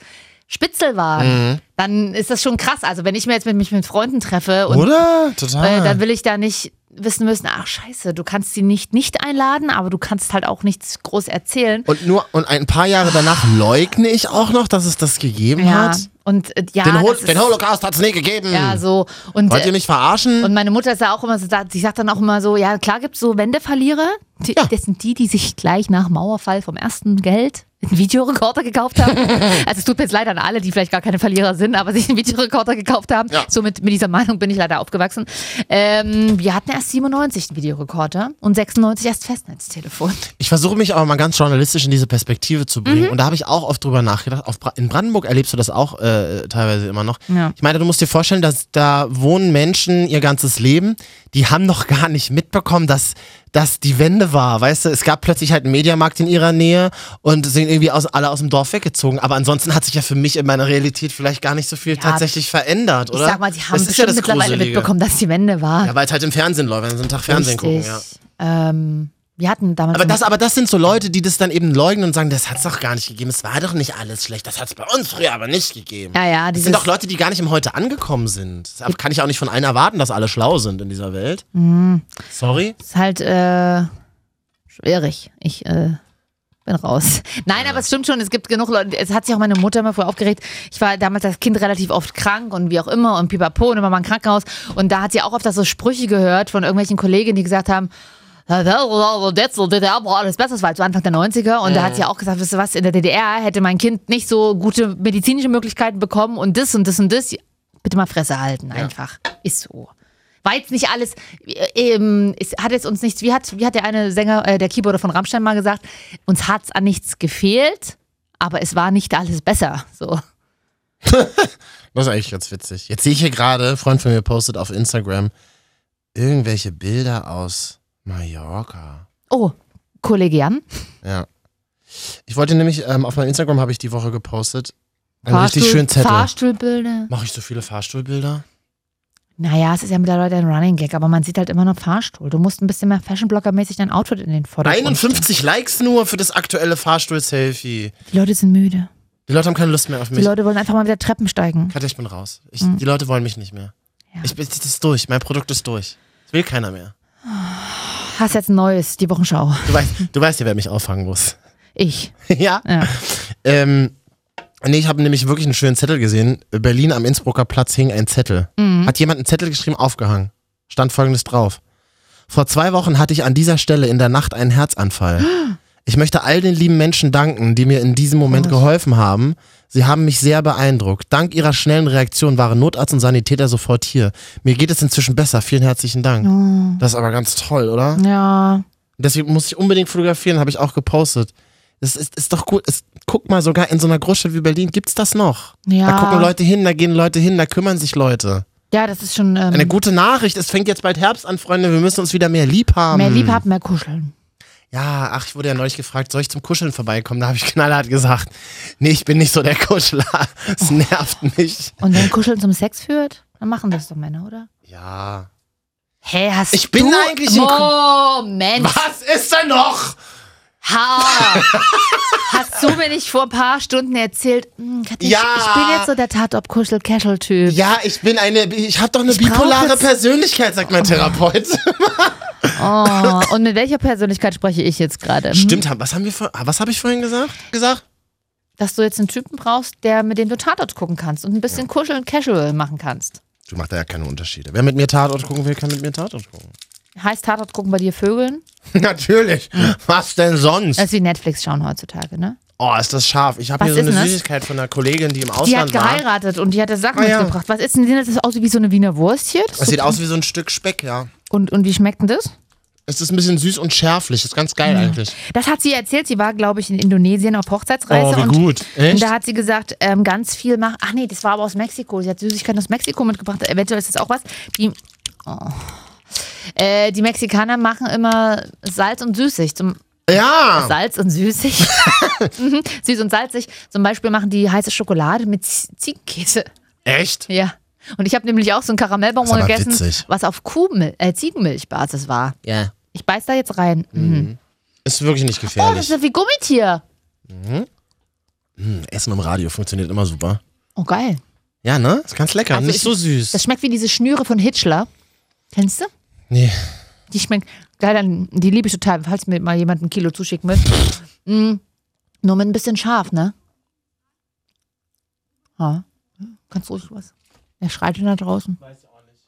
Speaker 1: Spitzel waren,
Speaker 3: Mhm.
Speaker 1: dann ist das schon krass. Also wenn ich mir jetzt mit mich mit Freunden treffe und
Speaker 3: Oder? Total.
Speaker 1: äh, dann will ich da nicht wissen müssen, ach scheiße, du kannst sie nicht nicht einladen, aber du kannst halt auch nichts groß erzählen.
Speaker 3: Und nur und ein paar Jahre danach leugne ich auch noch, dass es das gegeben
Speaker 1: Ja,
Speaker 3: hat.
Speaker 1: und äh, ja,
Speaker 3: Den, Hol
Speaker 1: das ist,
Speaker 3: den Holocaust hat es nie gegeben.
Speaker 1: ja so und
Speaker 3: Wollt
Speaker 1: äh,
Speaker 3: ihr mich verarschen?
Speaker 1: und meine Mutter ist ja auch immer so, da- sie sagt dann auch immer so, ja klar gibt's so Wendeverlierer, die, das sind die, die sich gleich nach Mauerfall vom ersten Geld einen Videorekorder gekauft haben. also es tut mir jetzt leid an alle, die vielleicht gar keine Verlierer sind, aber sich einen Videorekorder gekauft haben.
Speaker 3: Ja.
Speaker 1: So mit, mit dieser Meinung bin ich leider aufgewachsen. Ähm, wir hatten erst 97 einen Videorekorder und 96 erst Festnetztelefon.
Speaker 3: ich versuche mich aber mal ganz journalistisch in diese Perspektive zu bringen.
Speaker 1: Mhm.
Speaker 3: Und da habe ich auch oft drüber nachgedacht. Auf Bra in Brandenburg erlebst du das auch äh, teilweise immer noch.
Speaker 1: Ja.
Speaker 3: Ich meine, du musst dir vorstellen, dass da wohnen Menschen ihr ganzes Leben, die haben noch gar nicht mitbekommen, dass dass die Wende war, weißt du, es gab plötzlich halt einen Mediamarkt in ihrer Nähe und sind irgendwie aus, alle aus dem Dorf weggezogen. Aber ansonsten hat sich ja für mich in meiner Realität vielleicht gar nicht so viel tatsächlich verändert, oder?
Speaker 1: Ich sag mal, die haben
Speaker 3: Das ist ja
Speaker 1: bestimmt
Speaker 3: das
Speaker 1: mittlerweile
Speaker 3: Gruselige.
Speaker 1: mitbekommen, dass die Wende war.
Speaker 3: Ja, weil es halt im Fernsehen läuft, wenn sie einen Tag Fernsehen gucken, ja.
Speaker 1: ähm, wir hatten damals.
Speaker 3: Aber
Speaker 1: so-
Speaker 3: das, aber das sind so Leute, die das dann eben leugnen und sagen, das hat's doch gar nicht gegeben. Es war doch nicht alles schlecht. Das hat's bei uns früher aber nicht gegeben.
Speaker 1: ja, ja,
Speaker 3: das
Speaker 1: dieses,
Speaker 3: sind doch Leute, die gar nicht im Heute angekommen sind. Deshalb kann ich auch nicht von allen erwarten, dass alle schlau sind in dieser Welt.
Speaker 1: Mhm.
Speaker 3: Sorry.
Speaker 1: ist halt äh, schwierig. Ich äh, bin raus. Nein, aber es stimmt schon, es gibt genug Leute. Es hat sich auch meine Mutter immer vorher aufgeregt. Ich war damals als Kind relativ oft krank und wie auch immer und pipapo und immer mal im Krankenhaus. Und da hat sie auch oft das so Sprüche gehört von irgendwelchen Kollegen, die gesagt haben, "Ja, das war so DDR war alles besser, das war halt so Anfang der 90er und da hat sie auch gesagt, wisst ihr was, in der DDR hätte mein Kind nicht so gute medizinische Möglichkeiten bekommen und das und das und das. Bitte mal Fresse halten, einfach. Ist so. War jetzt nicht alles, äh, ähm, es hat jetzt uns nichts, wie hat, wie hat der eine Sänger, äh, der Keyboarder von Rammstein mal gesagt, uns hat's an nichts gefehlt, aber es war nicht alles besser. So.
Speaker 3: Das ist eigentlich ganz witzig. Jetzt sehe ich hier gerade, ein Freund von mir postet auf Instagram irgendwelche Bilder aus Mallorca.
Speaker 1: Oh, Kollege Jan,
Speaker 3: Ja. Ich wollte nämlich, ähm, auf meinem Instagram habe ich die Woche gepostet, einen richtig
Speaker 1: Fahrstuhl-
Speaker 3: schönen Zettel.
Speaker 1: Fahrstuhlbilder.
Speaker 3: Mache ich so viele Fahrstuhlbilder?
Speaker 1: Naja, es ist ja mittlerweile ein Running Gag, aber man sieht halt immer noch Fahrstuhl. Du musst ein bisschen mehr Fashionblocker-mäßig dein Outfit in den Vordergrund stellen.
Speaker 3: 51 Likes nur für das aktuelle Fahrstuhl-Selfie.
Speaker 1: Die Leute sind müde.
Speaker 3: Die Leute haben keine Lust mehr auf
Speaker 1: Die
Speaker 3: mich.
Speaker 1: Leute Mhm. wollen einfach mal wieder Treppen steigen.
Speaker 3: Katja, ich bin raus. Ich, Die Leute wollen mich nicht mehr. Ich bin, das ist durch. Mein Produkt ist durch. Das will keiner mehr.
Speaker 1: Hast jetzt ein neues, die Wochenschau.
Speaker 3: Du weißt, du weißt ja, wer mich auffangen muss.
Speaker 1: Ich.
Speaker 3: ja?
Speaker 1: Ja.
Speaker 3: Ähm, nee, ich habe nämlich wirklich einen schönen Zettel gesehen. Berlin am Innsbrucker Platz hing ein Zettel. Hat jemand einen Zettel geschrieben, aufgehangen. Stand folgendes drauf. Vor zwei Wochen hatte ich an dieser Stelle in der Nacht einen Herzanfall. Ich möchte all den lieben Menschen danken, die mir in diesem Moment geholfen haben. Sie haben mich sehr beeindruckt. Dank ihrer schnellen Reaktion waren Notarzt und Sanitäter sofort hier. Mir geht es inzwischen besser. Vielen herzlichen Dank. Das ist aber ganz toll, oder?
Speaker 1: Ja.
Speaker 3: Deswegen muss ich unbedingt fotografieren, habe ich auch gepostet. Es ist, ist doch gut. Es, guck mal, sogar in so einer Großstadt wie Berlin gibt's das noch.
Speaker 1: Ja.
Speaker 3: Da gucken Leute hin, da gehen Leute hin, da kümmern sich Leute.
Speaker 1: Ja, das ist schon ähm,
Speaker 3: Eine gute Nachricht, es fängt jetzt bald Herbst an, Freunde, wir müssen uns wieder mehr lieb haben.
Speaker 1: mehr lieb haben, mehr kuscheln.
Speaker 3: Ja, ach, ich wurde ja neulich gefragt, soll ich zum Kuscheln vorbeikommen? Da habe ich knallhart gesagt, nee, ich bin nicht so der Kuschler.
Speaker 1: Oh.
Speaker 3: Es nervt mich.
Speaker 1: Und wenn Kuscheln zum Sex führt, dann machen das doch Männer, oder?
Speaker 3: Ja.
Speaker 1: Hä, hast
Speaker 3: Ich bin
Speaker 1: du...
Speaker 3: eigentlich ein
Speaker 1: Moment.
Speaker 3: Was ist denn noch?
Speaker 1: Ha! Hast du mir nicht vor ein paar Stunden erzählt, hm, Katja,
Speaker 3: Ja.
Speaker 1: ich, ich bin jetzt so der Tatort-Kuschel-Casual-Typ.
Speaker 3: Ja, ich bin eine, ich habe doch eine
Speaker 1: brauch
Speaker 3: bipolare
Speaker 1: jetzt-
Speaker 3: Persönlichkeit, sagt mein Therapeut.
Speaker 1: Oh, und mit welcher Persönlichkeit spreche ich jetzt gerade? Hm?
Speaker 3: Stimmt, hab- was haben wir vor, ah, was habe ich vorhin gesagt? Gesagt?
Speaker 1: Dass du jetzt einen Typen brauchst, der mit dem du Tatort gucken kannst und ein bisschen Kuscheln Casual machen kannst.
Speaker 3: Du machst da ja keine Unterschiede. Wer mit mir Tatort gucken will, kann mit mir Tatort gucken.
Speaker 1: Heißt Tatort gucken bei dir Vögeln?
Speaker 3: Natürlich. Was denn sonst?
Speaker 1: Das ist wie Netflix schauen heutzutage, ne?
Speaker 3: oh, ist das scharf. Ich habe
Speaker 1: Was
Speaker 3: hier so
Speaker 1: ist
Speaker 3: eine
Speaker 1: denn das?
Speaker 3: Süßigkeit von einer Kollegin, die im
Speaker 1: Die
Speaker 3: Ausland
Speaker 1: hat
Speaker 3: war.
Speaker 1: geheiratet und die hat das Sachen
Speaker 3: Ah, ja.
Speaker 1: mitgebracht. Was ist denn das? Das aus wie so eine Wiener Wurst hier?
Speaker 3: Das sieht aus wie so ein Stück Speck, ja.
Speaker 1: Und, und wie schmeckt denn das?
Speaker 3: Es ist ein bisschen süß und schärflich. Ist ganz geil eigentlich.
Speaker 1: Das hat sie erzählt. Sie war, glaube ich, in Indonesien auf Hochzeitsreise.
Speaker 3: Oh, wie
Speaker 1: und,
Speaker 3: gut. Echt?
Speaker 1: und da hat sie gesagt, ähm, ganz viel machen. Ach nee, das war aber aus Mexiko. Sie hat Süßigkeiten aus Mexiko mitgebracht. Eventuell ist das auch was. Die, oh. äh, die Mexikaner machen immer Salz und süßig. Zum
Speaker 3: Ja.
Speaker 1: Salz und süßig. Mhm, Süß und salzig. Zum Beispiel machen die heiße Schokolade mit Z- Ziegenkäse.
Speaker 3: Echt?
Speaker 1: Ja. Und ich habe nämlich auch so einen Karamellbonbon
Speaker 3: Ist aber
Speaker 1: gegessen,
Speaker 3: witzig.
Speaker 1: was auf Kuhmil äh, Ziegenmilchbasis war.
Speaker 3: Ja.
Speaker 1: Ich beiß da jetzt rein. Mhm.
Speaker 3: Ist wirklich nicht
Speaker 1: Oh, das
Speaker 3: gefährlich.
Speaker 1: ist ja wie Gummitier.
Speaker 3: Essen im Radio funktioniert immer super.
Speaker 1: Oh, geil.
Speaker 3: Ja, ne? Ist ganz lecker.
Speaker 1: Also
Speaker 3: nicht
Speaker 1: ich-
Speaker 3: so süß.
Speaker 1: Das schmeckt wie diese Schnüre von Hitchler. Kennst du?
Speaker 3: nee.
Speaker 1: Die schmeckt, leider, die liebe ich total, falls mir mal jemand ein Kilo zuschicken will. mm, nur mit ein bisschen scharf, ne? Ja. Ganz ruhig was. Wer schreit denn da draußen? Weiß ich auch nicht.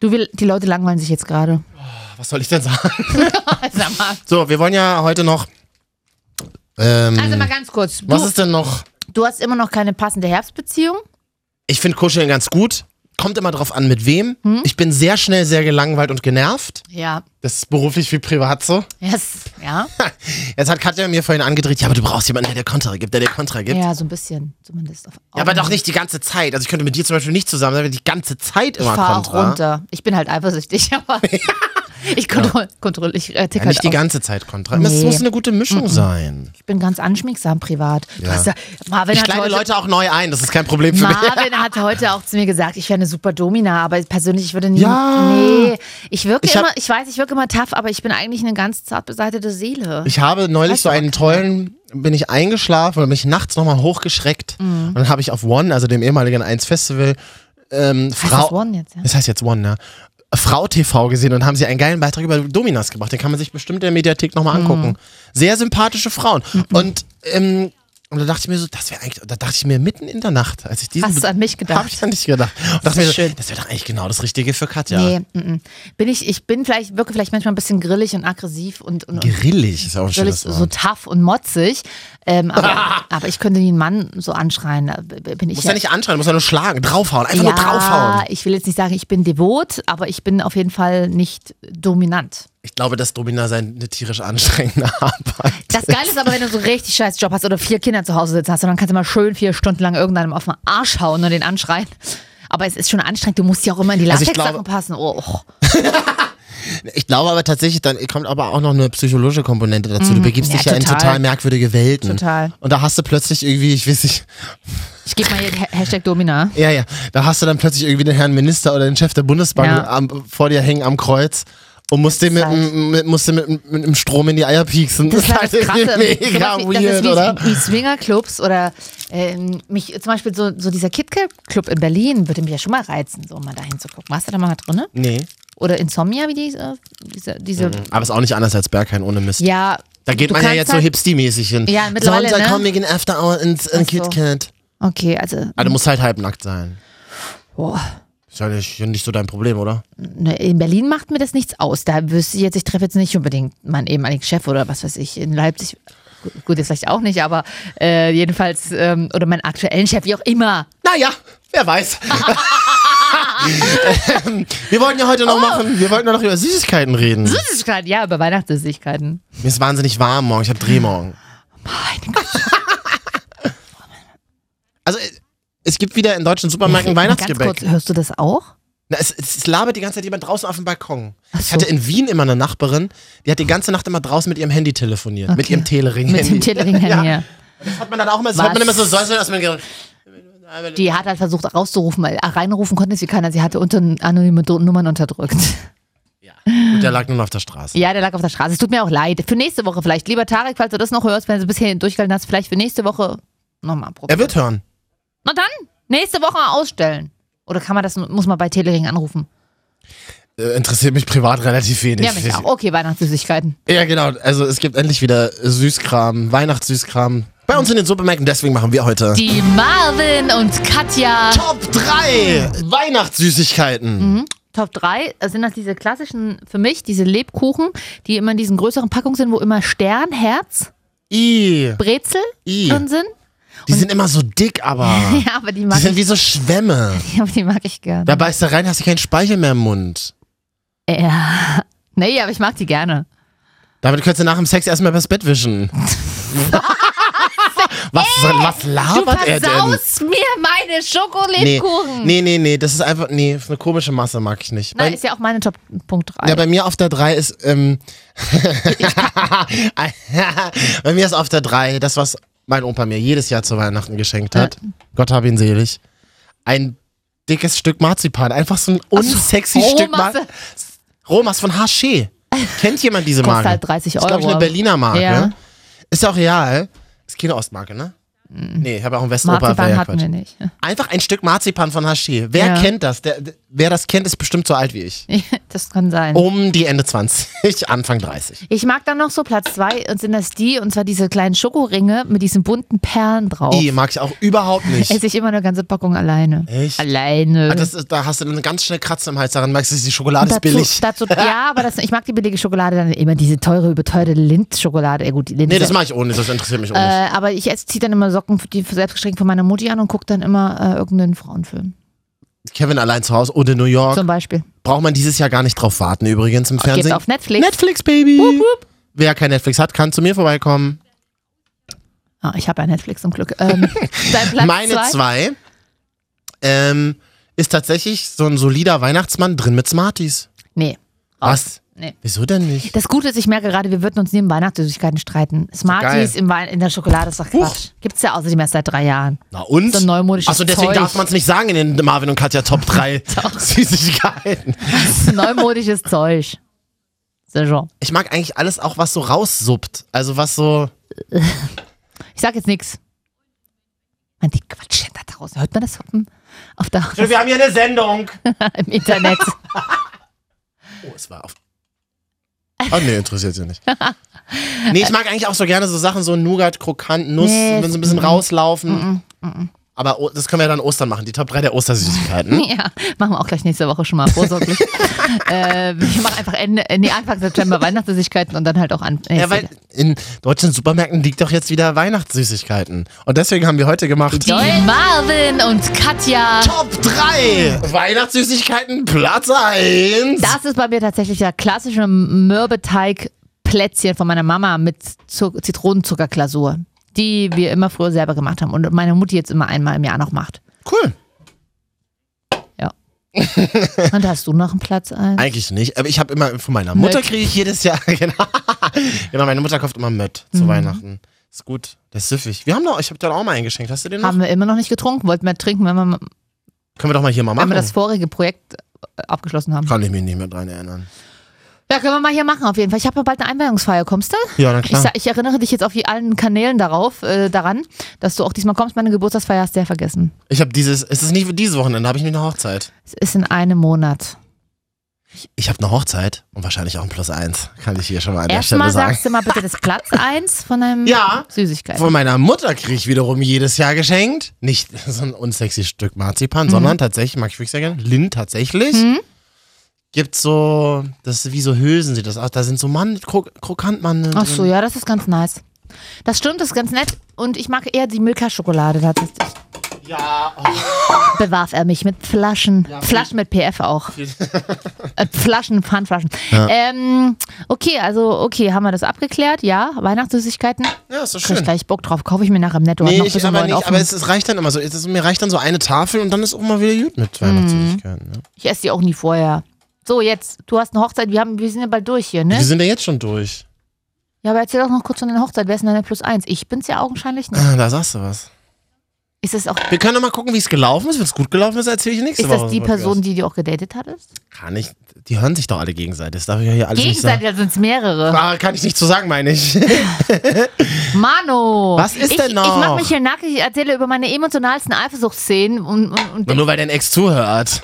Speaker 1: Du will, die Leute langweilen sich jetzt gerade.
Speaker 3: Was soll ich denn sagen?
Speaker 1: Sag Also mal.
Speaker 3: So, wir wollen ja heute noch. Ähm,
Speaker 1: Also mal ganz kurz.
Speaker 3: was
Speaker 1: Du,
Speaker 3: ist denn noch?
Speaker 1: du hast immer noch keine passende Herbstbeziehung.
Speaker 3: Ich finde Kuscheln ganz gut. Kommt immer drauf an, mit wem.
Speaker 1: Hm?
Speaker 3: Ich bin sehr schnell sehr gelangweilt und genervt.
Speaker 1: Ja.
Speaker 3: Das ist beruflich wie privat so.
Speaker 1: Yes. Ja.
Speaker 3: Jetzt hat Katja mir vorhin angedreht, ja, aber du brauchst jemanden, der dir Kontra gibt, der dir Kontra gibt. Ja.
Speaker 1: ja, Oh. so ein bisschen. Zumindest auf
Speaker 3: aber
Speaker 1: Augenhöhe.
Speaker 3: doch nicht die ganze Zeit. Also ich könnte mit dir zum Beispiel nicht zusammen sein, weil die ganze Zeit
Speaker 1: Ich
Speaker 3: immer
Speaker 1: fahre auch
Speaker 3: Kontra.
Speaker 1: runter. Ich bin halt eifersüchtig, aber ich kontrolliere, kontroll, ich äh, tick
Speaker 3: Ja,
Speaker 1: halt
Speaker 3: nicht die
Speaker 1: auf.
Speaker 3: ganze Zeit Kontra. Es
Speaker 1: Nee. Mhm.
Speaker 3: muss eine gute Mischung sein.
Speaker 1: Ich bin ganz anschmiegsam privat. Du hast ja, Marvin,
Speaker 3: Ich
Speaker 1: hat
Speaker 3: kleide
Speaker 1: heute,
Speaker 3: Leute auch neu ein, das ist kein Problem für mich.
Speaker 1: Marvin hat heute auch zu mir gesagt, ich wäre eine super Domina, aber persönlich, ich würde nie.
Speaker 3: Ja.
Speaker 1: Nee, ich wirke
Speaker 3: Ich hab-
Speaker 1: immer, ich weiß, ich wirke immer tough, aber ich bin eigentlich eine ganz zart beseitete Seele.
Speaker 3: Ich habe neulich
Speaker 1: Weißt
Speaker 3: so
Speaker 1: du,
Speaker 3: einen tollen, bin ich eingeschlafen oder mich nachts nochmal hochgeschreckt.
Speaker 1: Mhm.
Speaker 3: Und dann habe ich auf One, also dem ehemaligen 1 Festival, ähm,
Speaker 1: Heißt
Speaker 3: Frau.
Speaker 1: das One jetzt, ja?
Speaker 3: Das heißt jetzt One, ne? Frau TV gesehen und haben sie einen geilen Beitrag über Dominas gebracht. Den kann man sich bestimmt in der Mediathek nochmal
Speaker 1: Mhm.
Speaker 3: angucken. Sehr sympathische Frauen. Und, ähm, und da dachte ich mir so, das wäre eigentlich, da dachte ich mir mitten in der Nacht, als ich diesen.
Speaker 1: Hast du an mich gedacht?
Speaker 3: Habe ich an dich gedacht. Und dachte
Speaker 1: ist
Speaker 3: mir, so,
Speaker 1: schön.
Speaker 3: das wäre doch eigentlich genau das Richtige für Katja.
Speaker 1: Nee, mm, mm. bin ich, ich bin vielleicht, wirke vielleicht manchmal ein bisschen grillig und aggressiv und, und, und
Speaker 3: Grillig ist auch ein
Speaker 1: natürlich
Speaker 3: schönes
Speaker 1: so
Speaker 3: Wort.
Speaker 1: tough und motzig. Ähm, aber, aber ich könnte nie einen Mann so anschreien. Da b- bin ich
Speaker 3: Muss
Speaker 1: ja-
Speaker 3: ja nicht anschreien, muss ja nur schlagen, draufhauen, einfach nur draufhauen.
Speaker 1: ich will jetzt nicht sagen, ich bin devot, aber ich bin auf jeden Fall nicht dominant.
Speaker 3: Ich glaube, dass Domina sein eine tierisch anstrengende Arbeit.
Speaker 1: Das Geile ist aber, wenn du so einen richtig scheiß Job hast oder vier Kinder zu Hause sitzen hast und dann kannst du mal schön vier Stunden lang irgendeinem auf den Arsch hauen und den anschreien. Aber es ist schon anstrengend, du musst ja auch immer in die
Speaker 3: Also ich
Speaker 1: Latex-Sachen
Speaker 3: glaube-
Speaker 1: passen. Oh, oh.
Speaker 3: Ich glaube aber tatsächlich, dann kommt aber auch noch eine psychologische Komponente dazu. Du begibst
Speaker 1: Mm, Ja,
Speaker 3: dich ja in
Speaker 1: total.
Speaker 3: total merkwürdige Welten.
Speaker 1: Total.
Speaker 3: Und da hast du plötzlich irgendwie, ich weiß nicht,
Speaker 1: Ich gebe mal hier Ha- Hashtag Domina.
Speaker 3: ja, ja, da hast du dann plötzlich irgendwie den Herrn Minister oder den Chef der Bundesbank
Speaker 1: Ja.
Speaker 3: am, vor dir hängen am Kreuz. Und musste mit,
Speaker 1: halt-
Speaker 3: dem- mit, musste mit, mit, mit dem Strom in die Eier pieksen.
Speaker 1: Das ist halt das Krasse.
Speaker 3: mega
Speaker 1: Zum Beispiel, das
Speaker 3: weird,
Speaker 1: ist wie,
Speaker 3: oder?
Speaker 1: wie Swingerclubs oder ähm, mich zum Beispiel so, so dieser KitKat-Club in Berlin würde mich ja schon mal reizen, so mal dahin zu gucken. Warst du da mal drin?
Speaker 3: Nee.
Speaker 1: Oder Insomnia, wie die, äh, diese, diese
Speaker 3: Aber ist auch nicht anders als Berghain ohne Mist.
Speaker 1: ja.
Speaker 3: Da geht
Speaker 1: du
Speaker 3: man ja
Speaker 1: kannst
Speaker 3: jetzt so
Speaker 1: halt-
Speaker 3: hipsty-mäßig hin.
Speaker 1: Ja, mittlerweile,
Speaker 3: Sonntag
Speaker 1: ne?
Speaker 3: kommen wir gehen After Hour ins
Speaker 1: Ach
Speaker 3: in
Speaker 1: so.
Speaker 3: Kit Kat.
Speaker 1: Okay, also,
Speaker 3: Aber du musst halt halbnackt sein.
Speaker 1: boah.
Speaker 3: Ist ja nicht, nicht so dein Problem, oder?
Speaker 1: Ne, In Berlin macht mir das nichts aus. Da wüsste ich jetzt, ich treffe jetzt nicht unbedingt meinen ehemaligen Chef oder was weiß ich. In Leipzig, gu- gut, jetzt vielleicht auch nicht, aber äh, jedenfalls, ähm, oder meinen aktuellen Chef, wie auch immer.
Speaker 3: Naja, wer weiß. Ähm, wir wollten ja heute noch machen, wir wollten ja noch über Süßigkeiten reden.
Speaker 1: Das ist gerade, ja, über Weihnachtssüßigkeiten.
Speaker 3: Mir ist wahnsinnig warm morgen, ich habe Drehmorgen.
Speaker 1: Meine Güte.
Speaker 3: Also, äh, es gibt wieder in deutschen Supermärkten Weihnachtsgebäck.
Speaker 1: Ganz kurz, hörst du das auch?
Speaker 3: Na, es, es labert die ganze Zeit jemand draußen auf dem Balkon.
Speaker 1: Ach
Speaker 3: Ich
Speaker 1: so.
Speaker 3: hatte in Wien immer eine Nachbarin, die hat die ganze Nacht immer draußen mit ihrem Handy telefoniert. Mit
Speaker 1: Okay.
Speaker 3: ihrem Telering.
Speaker 1: Mit dem Tellering
Speaker 3: Ja.
Speaker 1: ja.
Speaker 3: Das hat man dann auch immer, das hat man immer so säuseln, dass man gedacht,
Speaker 1: Die hat halt versucht rauszurufen, weil reinrufen konnte sie keiner. Sie hatte unter anonyme Do- Nummern unterdrückt.
Speaker 3: Und der lag nun auf der Straße.
Speaker 1: Ja, der lag auf der Straße. Es tut mir auch leid. Für nächste Woche vielleicht. Lieber Tarek, falls du das noch hörst, wenn du bisher durchgehalten hast, vielleicht für nächste Woche nochmal
Speaker 3: Er
Speaker 1: probieren.
Speaker 3: wird hören.
Speaker 1: Na dann, nächste Woche ausstellen. Oder kann man das, muss man bei Telering anrufen?
Speaker 3: Äh, Interessiert mich privat relativ wenig.
Speaker 1: Ja, mich auch. Okay, Weihnachtssüßigkeiten.
Speaker 3: Ja, genau. Also es gibt endlich wieder Süßkram, Weihnachtssüßkram. Bei uns in den Supermärkten, deswegen machen wir heute
Speaker 1: Die Marvin und Katja.
Speaker 3: Top 3 Weihnachtssüßigkeiten.
Speaker 1: Mhm. Top 3 sind das diese klassischen, für mich, diese Lebkuchen, die immer in diesen größeren Packungen sind, wo immer Stern, Herz,
Speaker 3: I,
Speaker 1: Brezel
Speaker 3: I.
Speaker 1: drin sind.
Speaker 3: Die sind immer so dick, aber
Speaker 1: Ja, aber die
Speaker 3: die
Speaker 1: mag,
Speaker 3: sind
Speaker 1: ich,
Speaker 3: wie so Schwämme.
Speaker 1: aber die mag ich gerne.
Speaker 3: Da beißt du rein, hast du keinen Speichel mehr im Mund.
Speaker 1: Ja. Nee, aber ich mag die gerne.
Speaker 3: Damit könntest du nach dem Sex erstmal das Bett wischen. was, soll- was
Speaker 1: Du
Speaker 3: labert er denn?
Speaker 1: versaust mir meine
Speaker 3: Nee,
Speaker 1: Schokolebkuchen.
Speaker 3: nee, nee, nee, das ist einfach, nee, ist eine komische Masse mag ich nicht.
Speaker 1: Nein,
Speaker 3: Bei-
Speaker 1: ist ja auch meine Top Punkt 3.
Speaker 3: Ja, bei mir auf der 3 ist, ähm, bei mir ist auf der 3 das, was mein Opa mir jedes Jahr zu Weihnachten geschenkt hat. Gott hab ihn selig. Ein dickes Stück Marzipan. Einfach so ein unsexy Stück
Speaker 1: Rohmasse.
Speaker 3: Marzipan. Romas von Haché. Kennt jemand diese
Speaker 1: Kostet
Speaker 3: Marke?
Speaker 1: halt 30
Speaker 3: Ist, glaube
Speaker 1: Euro,
Speaker 3: ich, eine
Speaker 1: aber-
Speaker 3: Berliner Marke.
Speaker 1: Ja.
Speaker 3: Ist ja auch real. Ist keine Ostmarke, ne? Nee, ich habe auch einen Westopa. wär
Speaker 1: Mhm. Marzipan
Speaker 3: ja
Speaker 1: hatten
Speaker 3: Quatsch.
Speaker 1: wir nicht.
Speaker 3: Einfach ein Stück Marzipan von Haché. Wer
Speaker 1: Ja.
Speaker 3: kennt das? Der, der- wer das kennt, ist bestimmt so alt wie ich.
Speaker 1: Das kann sein.
Speaker 3: Um die Ende 20, Anfang 30.
Speaker 1: Ich mag dann noch so Platz 2 und sind das die, und zwar diese kleinen Schokoringe mit diesen bunten Perlen drauf.
Speaker 3: Die mag ich auch überhaupt nicht.
Speaker 1: Esse ich immer eine ganze Packung alleine.
Speaker 3: Echt?
Speaker 1: Alleine.
Speaker 3: Ah, Das ist, da hast du dann ganz schnell Kratzen im Hals, daran merkst du, die Schokolade
Speaker 1: dazu,
Speaker 3: ist billig.
Speaker 1: Dazu, ja, aber das, ich mag die billige Schokolade dann immer, diese teure, überteuerte Lindt-Schokolade. Ja, gut, die Lindt
Speaker 3: Nee,
Speaker 1: ist
Speaker 3: das
Speaker 1: ja-
Speaker 3: mache ich ohne, das interessiert mich auch nicht.
Speaker 1: Äh, aber ich ziehe dann immer Socken, die selbst gestrickt von meiner Mutti an und gucke dann immer äh, irgendeinen Frauenfilm.
Speaker 3: Kevin allein zu Hause oder New York.
Speaker 1: Zum Beispiel.
Speaker 3: Braucht man dieses Jahr gar nicht drauf warten übrigens im
Speaker 1: Geht
Speaker 3: Fernsehen.
Speaker 1: auf Netflix.
Speaker 3: Netflix, Baby! Wer kein Netflix hat, kann zu mir vorbeikommen.
Speaker 1: Ah, ich habe ja Netflix zum Glück. Ähm, dein Platz
Speaker 3: Meine
Speaker 1: zwei?
Speaker 3: zwei ähm, ist tatsächlich so ein solider Weihnachtsmann drin mit Smarties.
Speaker 1: Nee.
Speaker 3: Was?
Speaker 1: Nee.
Speaker 3: Wieso denn nicht?
Speaker 1: Das Gute ist, ich merke gerade, wir würden uns neben Weihnachtssüßigkeiten streiten. Smarties
Speaker 3: geil.
Speaker 1: im Wein, in der Schokolade ist doch Quatsch. Gibt's ja außerdem erst seit drei Jahren.
Speaker 3: Na und?
Speaker 1: So ein neumodisches
Speaker 3: Achso, deswegen
Speaker 1: Zeug.
Speaker 3: darf man es nicht sagen in den Marvin und Katja Top 3 Süßigkeiten.
Speaker 1: Neumodisches Zeug. Sehr schon.
Speaker 3: Ich mag eigentlich alles auch, was so raussuppt. Also was so.
Speaker 1: Ich sag jetzt nichts. Man, die quatschen da draußen. Hört man das Huppen? Auf der,
Speaker 2: Wir haben hier eine Sendung.
Speaker 1: Im Internet.
Speaker 3: Oh, es war auf. Oh nee, interessiert sie nicht. Nee, ich mag eigentlich auch so gerne so Sachen, so Nougat, Krokant, Nuss,
Speaker 1: Nee,
Speaker 3: wenn sie ein bisschen rauslaufen. Aber o- das können wir dann Ostern machen, die Top 3 der Ostersüßigkeiten.
Speaker 1: Ja, machen wir auch gleich nächste Woche schon mal vorsorglich. äh, wir machen einfach Ende, äh, nee, Anfang September Weihnachtssüßigkeiten und dann halt auch an. Nee,
Speaker 3: Ja, weil in deutschen Supermärkten liegt doch jetzt wieder Weihnachtssüßigkeiten. Und deswegen haben wir heute gemacht
Speaker 1: die Marvin und Katja.
Speaker 3: Top 3 Weihnachtssüßigkeiten Platz 1.
Speaker 1: Das ist bei mir tatsächlich der klassische Mürbeteig-Plätzchen von meiner Mama mit Zu Zitronenzuckerglasur, die wir immer früher selber gemacht haben und meine Mutti jetzt immer einmal im Jahr noch macht.
Speaker 3: Cool.
Speaker 1: Ja. und hast du noch einen Platz ein?
Speaker 3: Eigentlich nicht, aber ich habe immer von meiner Mutter kriege ich jedes Jahr. Genau. genau, meine Mutter kauft immer Mött zu Weihnachten. Ist gut, das ist süffig. Wir haben doch, ich habe dir doch auch mal eingeschenkt. Hast du den noch?
Speaker 1: Haben wir immer noch nicht getrunken, wollten wir trinken, wenn wir,
Speaker 3: Können wir doch mal hier mal
Speaker 1: wenn
Speaker 3: machen.
Speaker 1: wir das vorige Projekt äh, abgeschlossen haben.
Speaker 3: Kann ich mich nicht mehr dran erinnern.
Speaker 1: Ja, können wir mal hier machen auf jeden Fall. Ich habe ja bald eine Einweihungsfeier. Kommst du?
Speaker 3: Ja, na
Speaker 1: Ich,
Speaker 3: klar.
Speaker 1: sa- ich erinnere dich jetzt auf die allen Kanälen darauf, äh, daran, dass du auch diesmal kommst. Meine Geburtstagsfeier hast du ja vergessen.
Speaker 3: Ich habe dieses, es ist nicht dieses Wochenende, habe ich eine Hochzeit.
Speaker 1: Es ist in einem Monat.
Speaker 3: Ich habe eine Hochzeit und wahrscheinlich auch ein Plus eins, kann ich hier schon mal an der Stelle
Speaker 1: Erstmal
Speaker 3: sagen.
Speaker 1: sagst du mal bitte das Platz 1 von deinem
Speaker 3: Ja.
Speaker 1: Süßigkeit.
Speaker 3: Von meiner Mutter kriege ich wiederum jedes Jahr geschenkt. Nicht so ein unsexy Stück Marzipan, sondern tatsächlich, mag ich wirklich sehr gerne, Lind tatsächlich.
Speaker 1: Mhm.
Speaker 3: Gibt so, das ist wie so Hülsen sieht das aus. Da sind so Mann, Kro Krokantmandeln
Speaker 1: Ach so,
Speaker 3: drin.
Speaker 1: ja, das ist ganz nice. Das stimmt, das ist ganz nett. Und ich mag eher die Milka-Schokolade tatsächlich.
Speaker 2: Ja, oh,
Speaker 1: Bewarf er mich mit Flaschen. Flaschen mit PF auch. äh, Flaschen, Pfandflaschen. Ähm, okay, also okay, haben wir das abgeklärt? Ja, Weihnachtssüßigkeiten.
Speaker 3: Ja, ist doch
Speaker 1: Krieg ich
Speaker 3: schön.
Speaker 1: gleich Bock drauf. Kaufe ich mir nachher im Netto. Hat
Speaker 3: Nee,
Speaker 1: noch
Speaker 3: ich
Speaker 1: bis um
Speaker 3: aber
Speaker 1: neun
Speaker 3: nicht,
Speaker 1: offen.
Speaker 3: aber es, es reicht dann immer so. Es ist, mir reicht dann so eine Tafel und dann ist auch mal wieder gut mit
Speaker 1: Mhm.
Speaker 3: Weihnachtssüßigkeiten. Ne?
Speaker 1: ich esse die auch nie vorher. So, jetzt, du hast eine Hochzeit. Wir, haben, wir sind ja bald durch hier,
Speaker 3: Wir
Speaker 1: ne?
Speaker 3: sind ja jetzt schon durch.
Speaker 1: Ja, aber erzähl doch noch kurz von deiner Hochzeit. Wer ist denn deine Plus eins? Ich bin's ja augenscheinlich nicht.
Speaker 3: Ah, da sagst du was.
Speaker 1: Ist das auch.
Speaker 3: Wir können doch mal gucken, wie es gelaufen ist. Wenn es gut gelaufen ist, erzähle ich nächste
Speaker 1: Ist
Speaker 3: Woche.
Speaker 1: das die
Speaker 3: im Podcast.
Speaker 1: Person, die du auch gedatet hattest?
Speaker 3: Kann ich. Die hören sich doch alle gegenseitig. Das darf ich ja hier alles
Speaker 1: Gegenseitig,
Speaker 3: nicht
Speaker 1: da sind's mehrere.
Speaker 3: sagen. Ah, kann ich nicht zu sagen, meine ich.
Speaker 1: Mano!
Speaker 3: Was ist
Speaker 1: ich,
Speaker 3: denn noch?
Speaker 1: Ich mach mich hier nackig, ich erzähle über meine emotionalsten Eifersuchtsszenen und, und, und
Speaker 3: Nur weil dein Ex zuhört.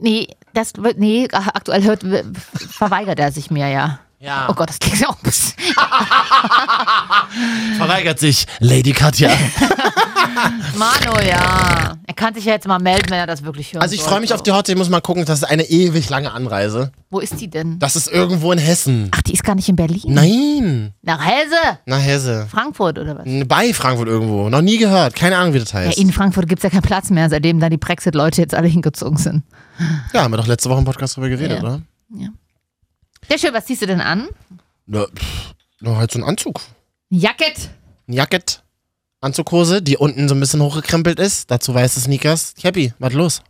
Speaker 1: nee, das wird- nee, ach, aktuell hört verweigert er sich mir ja.
Speaker 2: ja.
Speaker 1: Oh Gott, das klingt ja auch ein bisschen.
Speaker 3: Verweigert sich Lady Katja.
Speaker 1: Mano, ja. Er kann sich ja jetzt mal melden, wenn er das wirklich hört.
Speaker 3: Also ich freue mich auf die Hotte. Ich muss mal gucken. Das ist eine ewig lange Anreise.
Speaker 1: Wo ist die denn?
Speaker 3: Das ist irgendwo in Hessen.
Speaker 1: Ach, die ist gar nicht in Berlin.
Speaker 3: Nein.
Speaker 1: Nach Hesse,
Speaker 3: Na, Hesse.
Speaker 1: Frankfurt oder was?
Speaker 3: Bei Frankfurt irgendwo. Noch nie gehört. Keine Ahnung, wie das
Speaker 1: Ja,
Speaker 3: heißt.
Speaker 1: in Frankfurt gibt's ja keinen Platz mehr, seitdem da die Brexit-Leute jetzt alle hingezogen sind.
Speaker 3: Ja, haben wir doch letzte Woche im Podcast drüber
Speaker 1: Ja.
Speaker 3: geredet, oder?
Speaker 1: Sehr schön, was ziehst du denn an?
Speaker 3: Na, pff, nur halt so ein Anzug.
Speaker 1: Jacket.
Speaker 3: ein Jackett, Anzughose, die unten so ein bisschen hochgekrempelt ist, dazu weiße Sneakers. Cappy, was los?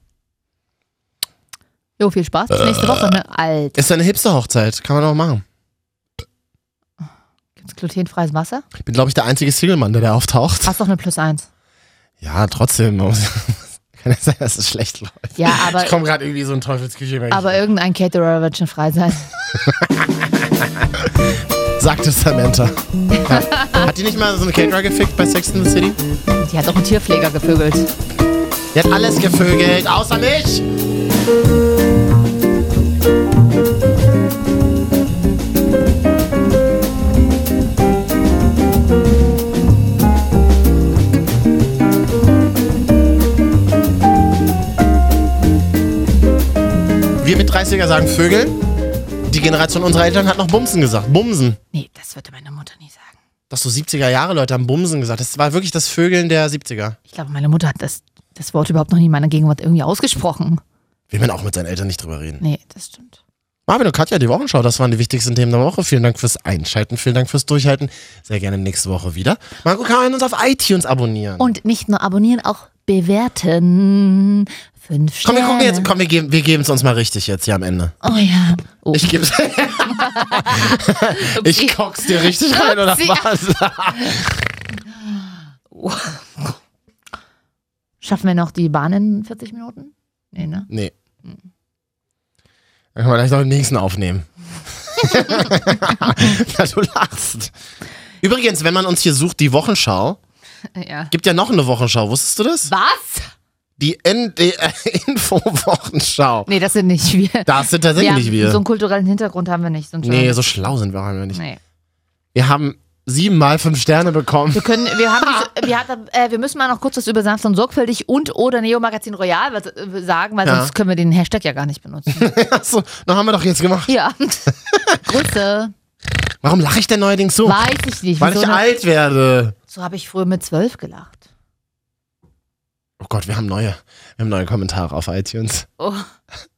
Speaker 1: Jo, viel Spaß. Bis nächste Woche, ne? Alt.
Speaker 3: Ist eine Hipster-Hochzeit, kann man auch machen.
Speaker 1: Gibt's glutenfreies Wasser?
Speaker 3: Ich bin, glaube ich, der einzige Single-Mann, der da auftaucht.
Speaker 1: Hast doch eine Plus eins.
Speaker 3: Ja, trotzdem. man muss- Kann ja sein, dass es schlecht läuft.
Speaker 1: Ja,
Speaker 3: Ich
Speaker 1: aber,
Speaker 3: komme gerade irgendwie so in Teufelsküche. wenn ich-
Speaker 1: aber irgendein Caterer wird schon frei sein.
Speaker 3: Sagt es Samantha. ja. Hat die nicht mal so eine Caterer gefickt bei Sex in the City?
Speaker 1: Die hat auch einen Tierpfleger gevögelt.
Speaker 3: Die hat alles gevögelt, außer mich. Wir mit 30er sagen Vögel. Die Generation unserer Eltern hat noch Bumsen gesagt. Bumsen.
Speaker 1: Nee, das würde meine Mutter nie sagen.
Speaker 3: Das so 70er Jahre Leute haben Bumsen gesagt. Das war wirklich das Vögeln der 70er.
Speaker 1: Ich glaube, meine Mutter hat das, das Wort überhaupt noch nie in meiner Gegenwart irgendwie ausgesprochen.
Speaker 3: Will man auch mit seinen Eltern nicht drüber reden.
Speaker 1: Nee, das stimmt.
Speaker 3: Marvin und Katja, die Wochenschau, das waren die wichtigsten Themen der Woche. Vielen Dank fürs Einschalten, vielen Dank fürs Durchhalten. Sehr gerne nächste Woche wieder. Marco kann uns auf iTunes abonnieren.
Speaker 1: Und nicht nur abonnieren, auch bewerten. Fünf
Speaker 3: komm,
Speaker 1: Sterne.
Speaker 3: wir gucken jetzt, komm, wir geben wir es uns mal richtig jetzt hier am Ende.
Speaker 1: Oh ja. Oh.
Speaker 3: Ich geb's. ich kock's dir richtig rein, oder
Speaker 1: Upsi.
Speaker 3: was?
Speaker 1: Schaffen wir noch die Bahn in 40 Minuten? Nee, ne?
Speaker 3: nee. Dann können wir gleich noch den nächsten aufnehmen. Na, du lachst. Übrigens, wenn man uns hier sucht, die Wochenschau,
Speaker 1: Ja.
Speaker 3: gibt ja noch eine Wochenschau, wusstest du das?
Speaker 1: Was?
Speaker 3: Die NDR-Info-Wochenschau.
Speaker 1: Nee, das sind nicht wir.
Speaker 3: Das sind
Speaker 1: wir
Speaker 3: tatsächlich
Speaker 1: haben,
Speaker 3: wir.
Speaker 1: So einen kulturellen Hintergrund haben wir nicht. So einen
Speaker 3: nee, so schlau sind wir einfach nicht.
Speaker 1: nee.
Speaker 3: Wir haben siebenmal fünf Sterne bekommen.
Speaker 1: Wir können, wir haben, diese, wir, hatten, äh, wir müssen mal noch kurz was über sanft und sorgfältig und oder Neo Magazin Royal was, äh, sagen, weil
Speaker 3: Ja.
Speaker 1: sonst können wir den Hashtag ja gar nicht benutzen.
Speaker 3: Achso, noch haben wir doch jetzt gemacht.
Speaker 1: ja. Grüße.
Speaker 3: Warum lache ich denn neuerdings so?
Speaker 1: Weiß ich Oh. nicht.
Speaker 3: Weil
Speaker 1: wieso
Speaker 3: ich
Speaker 1: ne-
Speaker 3: alt werde.
Speaker 1: so habe ich früher mit zwölf gelacht.
Speaker 3: Oh Gott, wir haben neue. Wir haben neue Kommentare auf iTunes.
Speaker 1: Oh,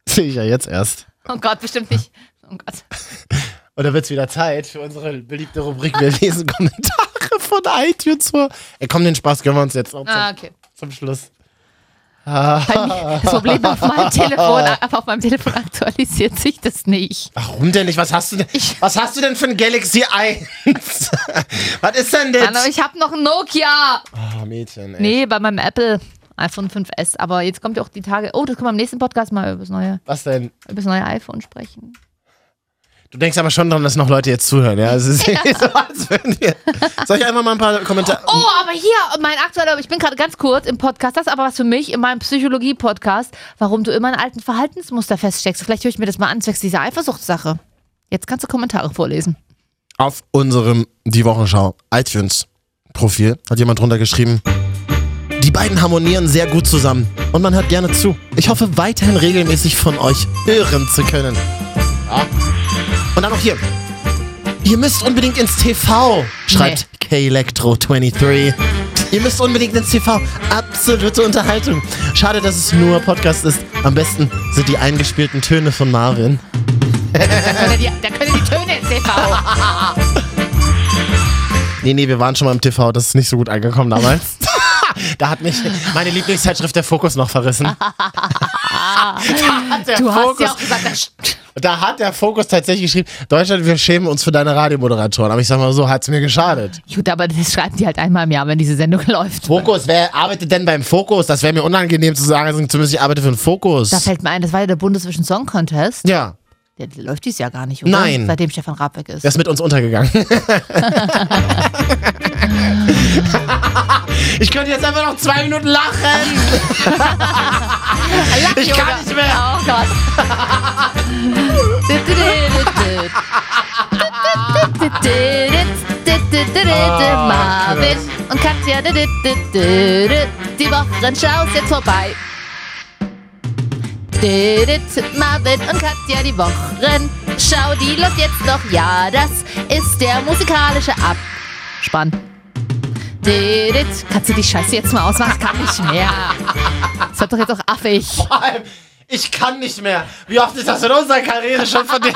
Speaker 3: Sehe ich ja jetzt erst.
Speaker 1: oh Gott, bestimmt nicht. Oh Gott.
Speaker 3: Und da wird es wieder Zeit für unsere beliebte Rubrik. Wir lesen Kommentare von iTunes vor. Ey, komm, den Spaß gönnen wir uns jetzt noch zum,
Speaker 1: Ah, okay.
Speaker 3: zum Schluss.
Speaker 1: Bei mir, das Problem auf meinem Telefon, aber auf meinem Telefon aktualisiert sich das nicht.
Speaker 3: Warum denn nicht? Was hast du denn,
Speaker 1: Ich-
Speaker 3: was hast du denn für ein Galaxy 1? was ist denn das?
Speaker 1: Anna, ich habe noch ein Nokia.
Speaker 3: Ah, Mädchen, ey.
Speaker 1: Nee, bei meinem Apple iPhone 5S. Aber jetzt kommt ja auch die Tage. Oh, das können wir im nächsten Podcast mal über das neue,
Speaker 3: Was denn?
Speaker 1: über das neue iPhone sprechen.
Speaker 3: Du denkst aber schon dran, dass noch Leute jetzt zuhören, ja? Es ist so, als würden wir. Soll ich einfach mal ein paar Kommentare.
Speaker 1: Oh, aber hier, mein aktueller, ich bin gerade ganz kurz im Podcast, das ist aber was für mich, in meinem Psychologie-Podcast, warum du immer in alten Verhaltensmuster feststeckst. Vielleicht höre ich mir das mal an, zwecks dieser Eifersuchtssache. Jetzt kannst du Kommentare vorlesen.
Speaker 3: Auf unserem Die Wochenschau iTunes-Profil hat jemand drunter geschrieben. Die beiden harmonieren sehr gut zusammen und man hört gerne zu. Ich hoffe, weiterhin regelmäßig von euch hören zu können. Ja. Und dann noch hier. Ihr müsst unbedingt ins TV, schreibt K-Electro23. Ihr müsst unbedingt ins TV. Absolute Unterhaltung. Schade, dass es nur Podcast ist. Am besten sind die eingespielten Töne von Marvin.
Speaker 1: Da können die, da können die Töne ins TV.
Speaker 3: Nee, nee, wir waren schon mal im TV, das ist nicht so gut angekommen damals. Da hat mich meine Lieblingszeitschrift der Fokus noch verrissen. da, hat der
Speaker 1: Du hast
Speaker 3: Fokus,
Speaker 1: ja auch gesagt, das st-
Speaker 3: da hat der Fokus tatsächlich geschrieben, Deutschland, wir schämen uns für deine Radiomoderatoren. Aber ich sag mal so, hat's mir geschadet.
Speaker 1: Gut, aber das schreiben die halt einmal im Jahr, wenn diese Sendung läuft.
Speaker 3: Fokus, wer arbeitet denn beim Fokus? Das wäre mir unangenehm zu sagen, also zumindest ich arbeite für den Fokus.
Speaker 1: Da fällt mir ein, das war ja der Bundesvision Song Contest.
Speaker 3: ja,
Speaker 1: Der läuft dieses Jahr gar nicht, oder?
Speaker 3: Nein.
Speaker 1: Seitdem Stefan Raab weg ist.
Speaker 3: der ist mit uns untergegangen. ich könnte jetzt einfach noch zwei Minuten lachen.
Speaker 1: Lack,
Speaker 3: Ich kann
Speaker 1: Yoga.
Speaker 3: nicht mehr.
Speaker 1: Oh Gott. Marvin und Katja. Die Wochenschau ist jetzt vorbei. Marvin und Katja, die Wochenschau, die läuft jetzt noch. Ja, das ist der musikalische Abspann. Kannst du die Scheiße jetzt mal ausmachen? Ich Kann nicht mehr. Das wird doch jetzt auch affig.
Speaker 2: Vor allem, ich kann nicht mehr. Wie oft ist das in unserer Karriere schon von dir?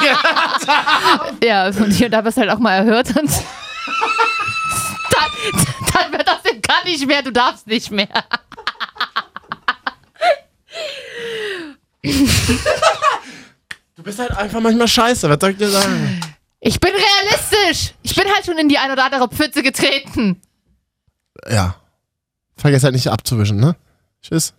Speaker 1: Ja, und hier und da wirst du halt auch mal erhört und dann, dann wird das denn kann nicht mehr, du darfst nicht mehr.
Speaker 3: Du bist halt einfach manchmal scheiße, was soll ich dir sagen?
Speaker 1: Ich bin realistisch. Ich bin halt schon in die ein oder andere Pfütze getreten.
Speaker 3: Ja. Vergiss halt nicht abzuwischen, ne? Tschüss.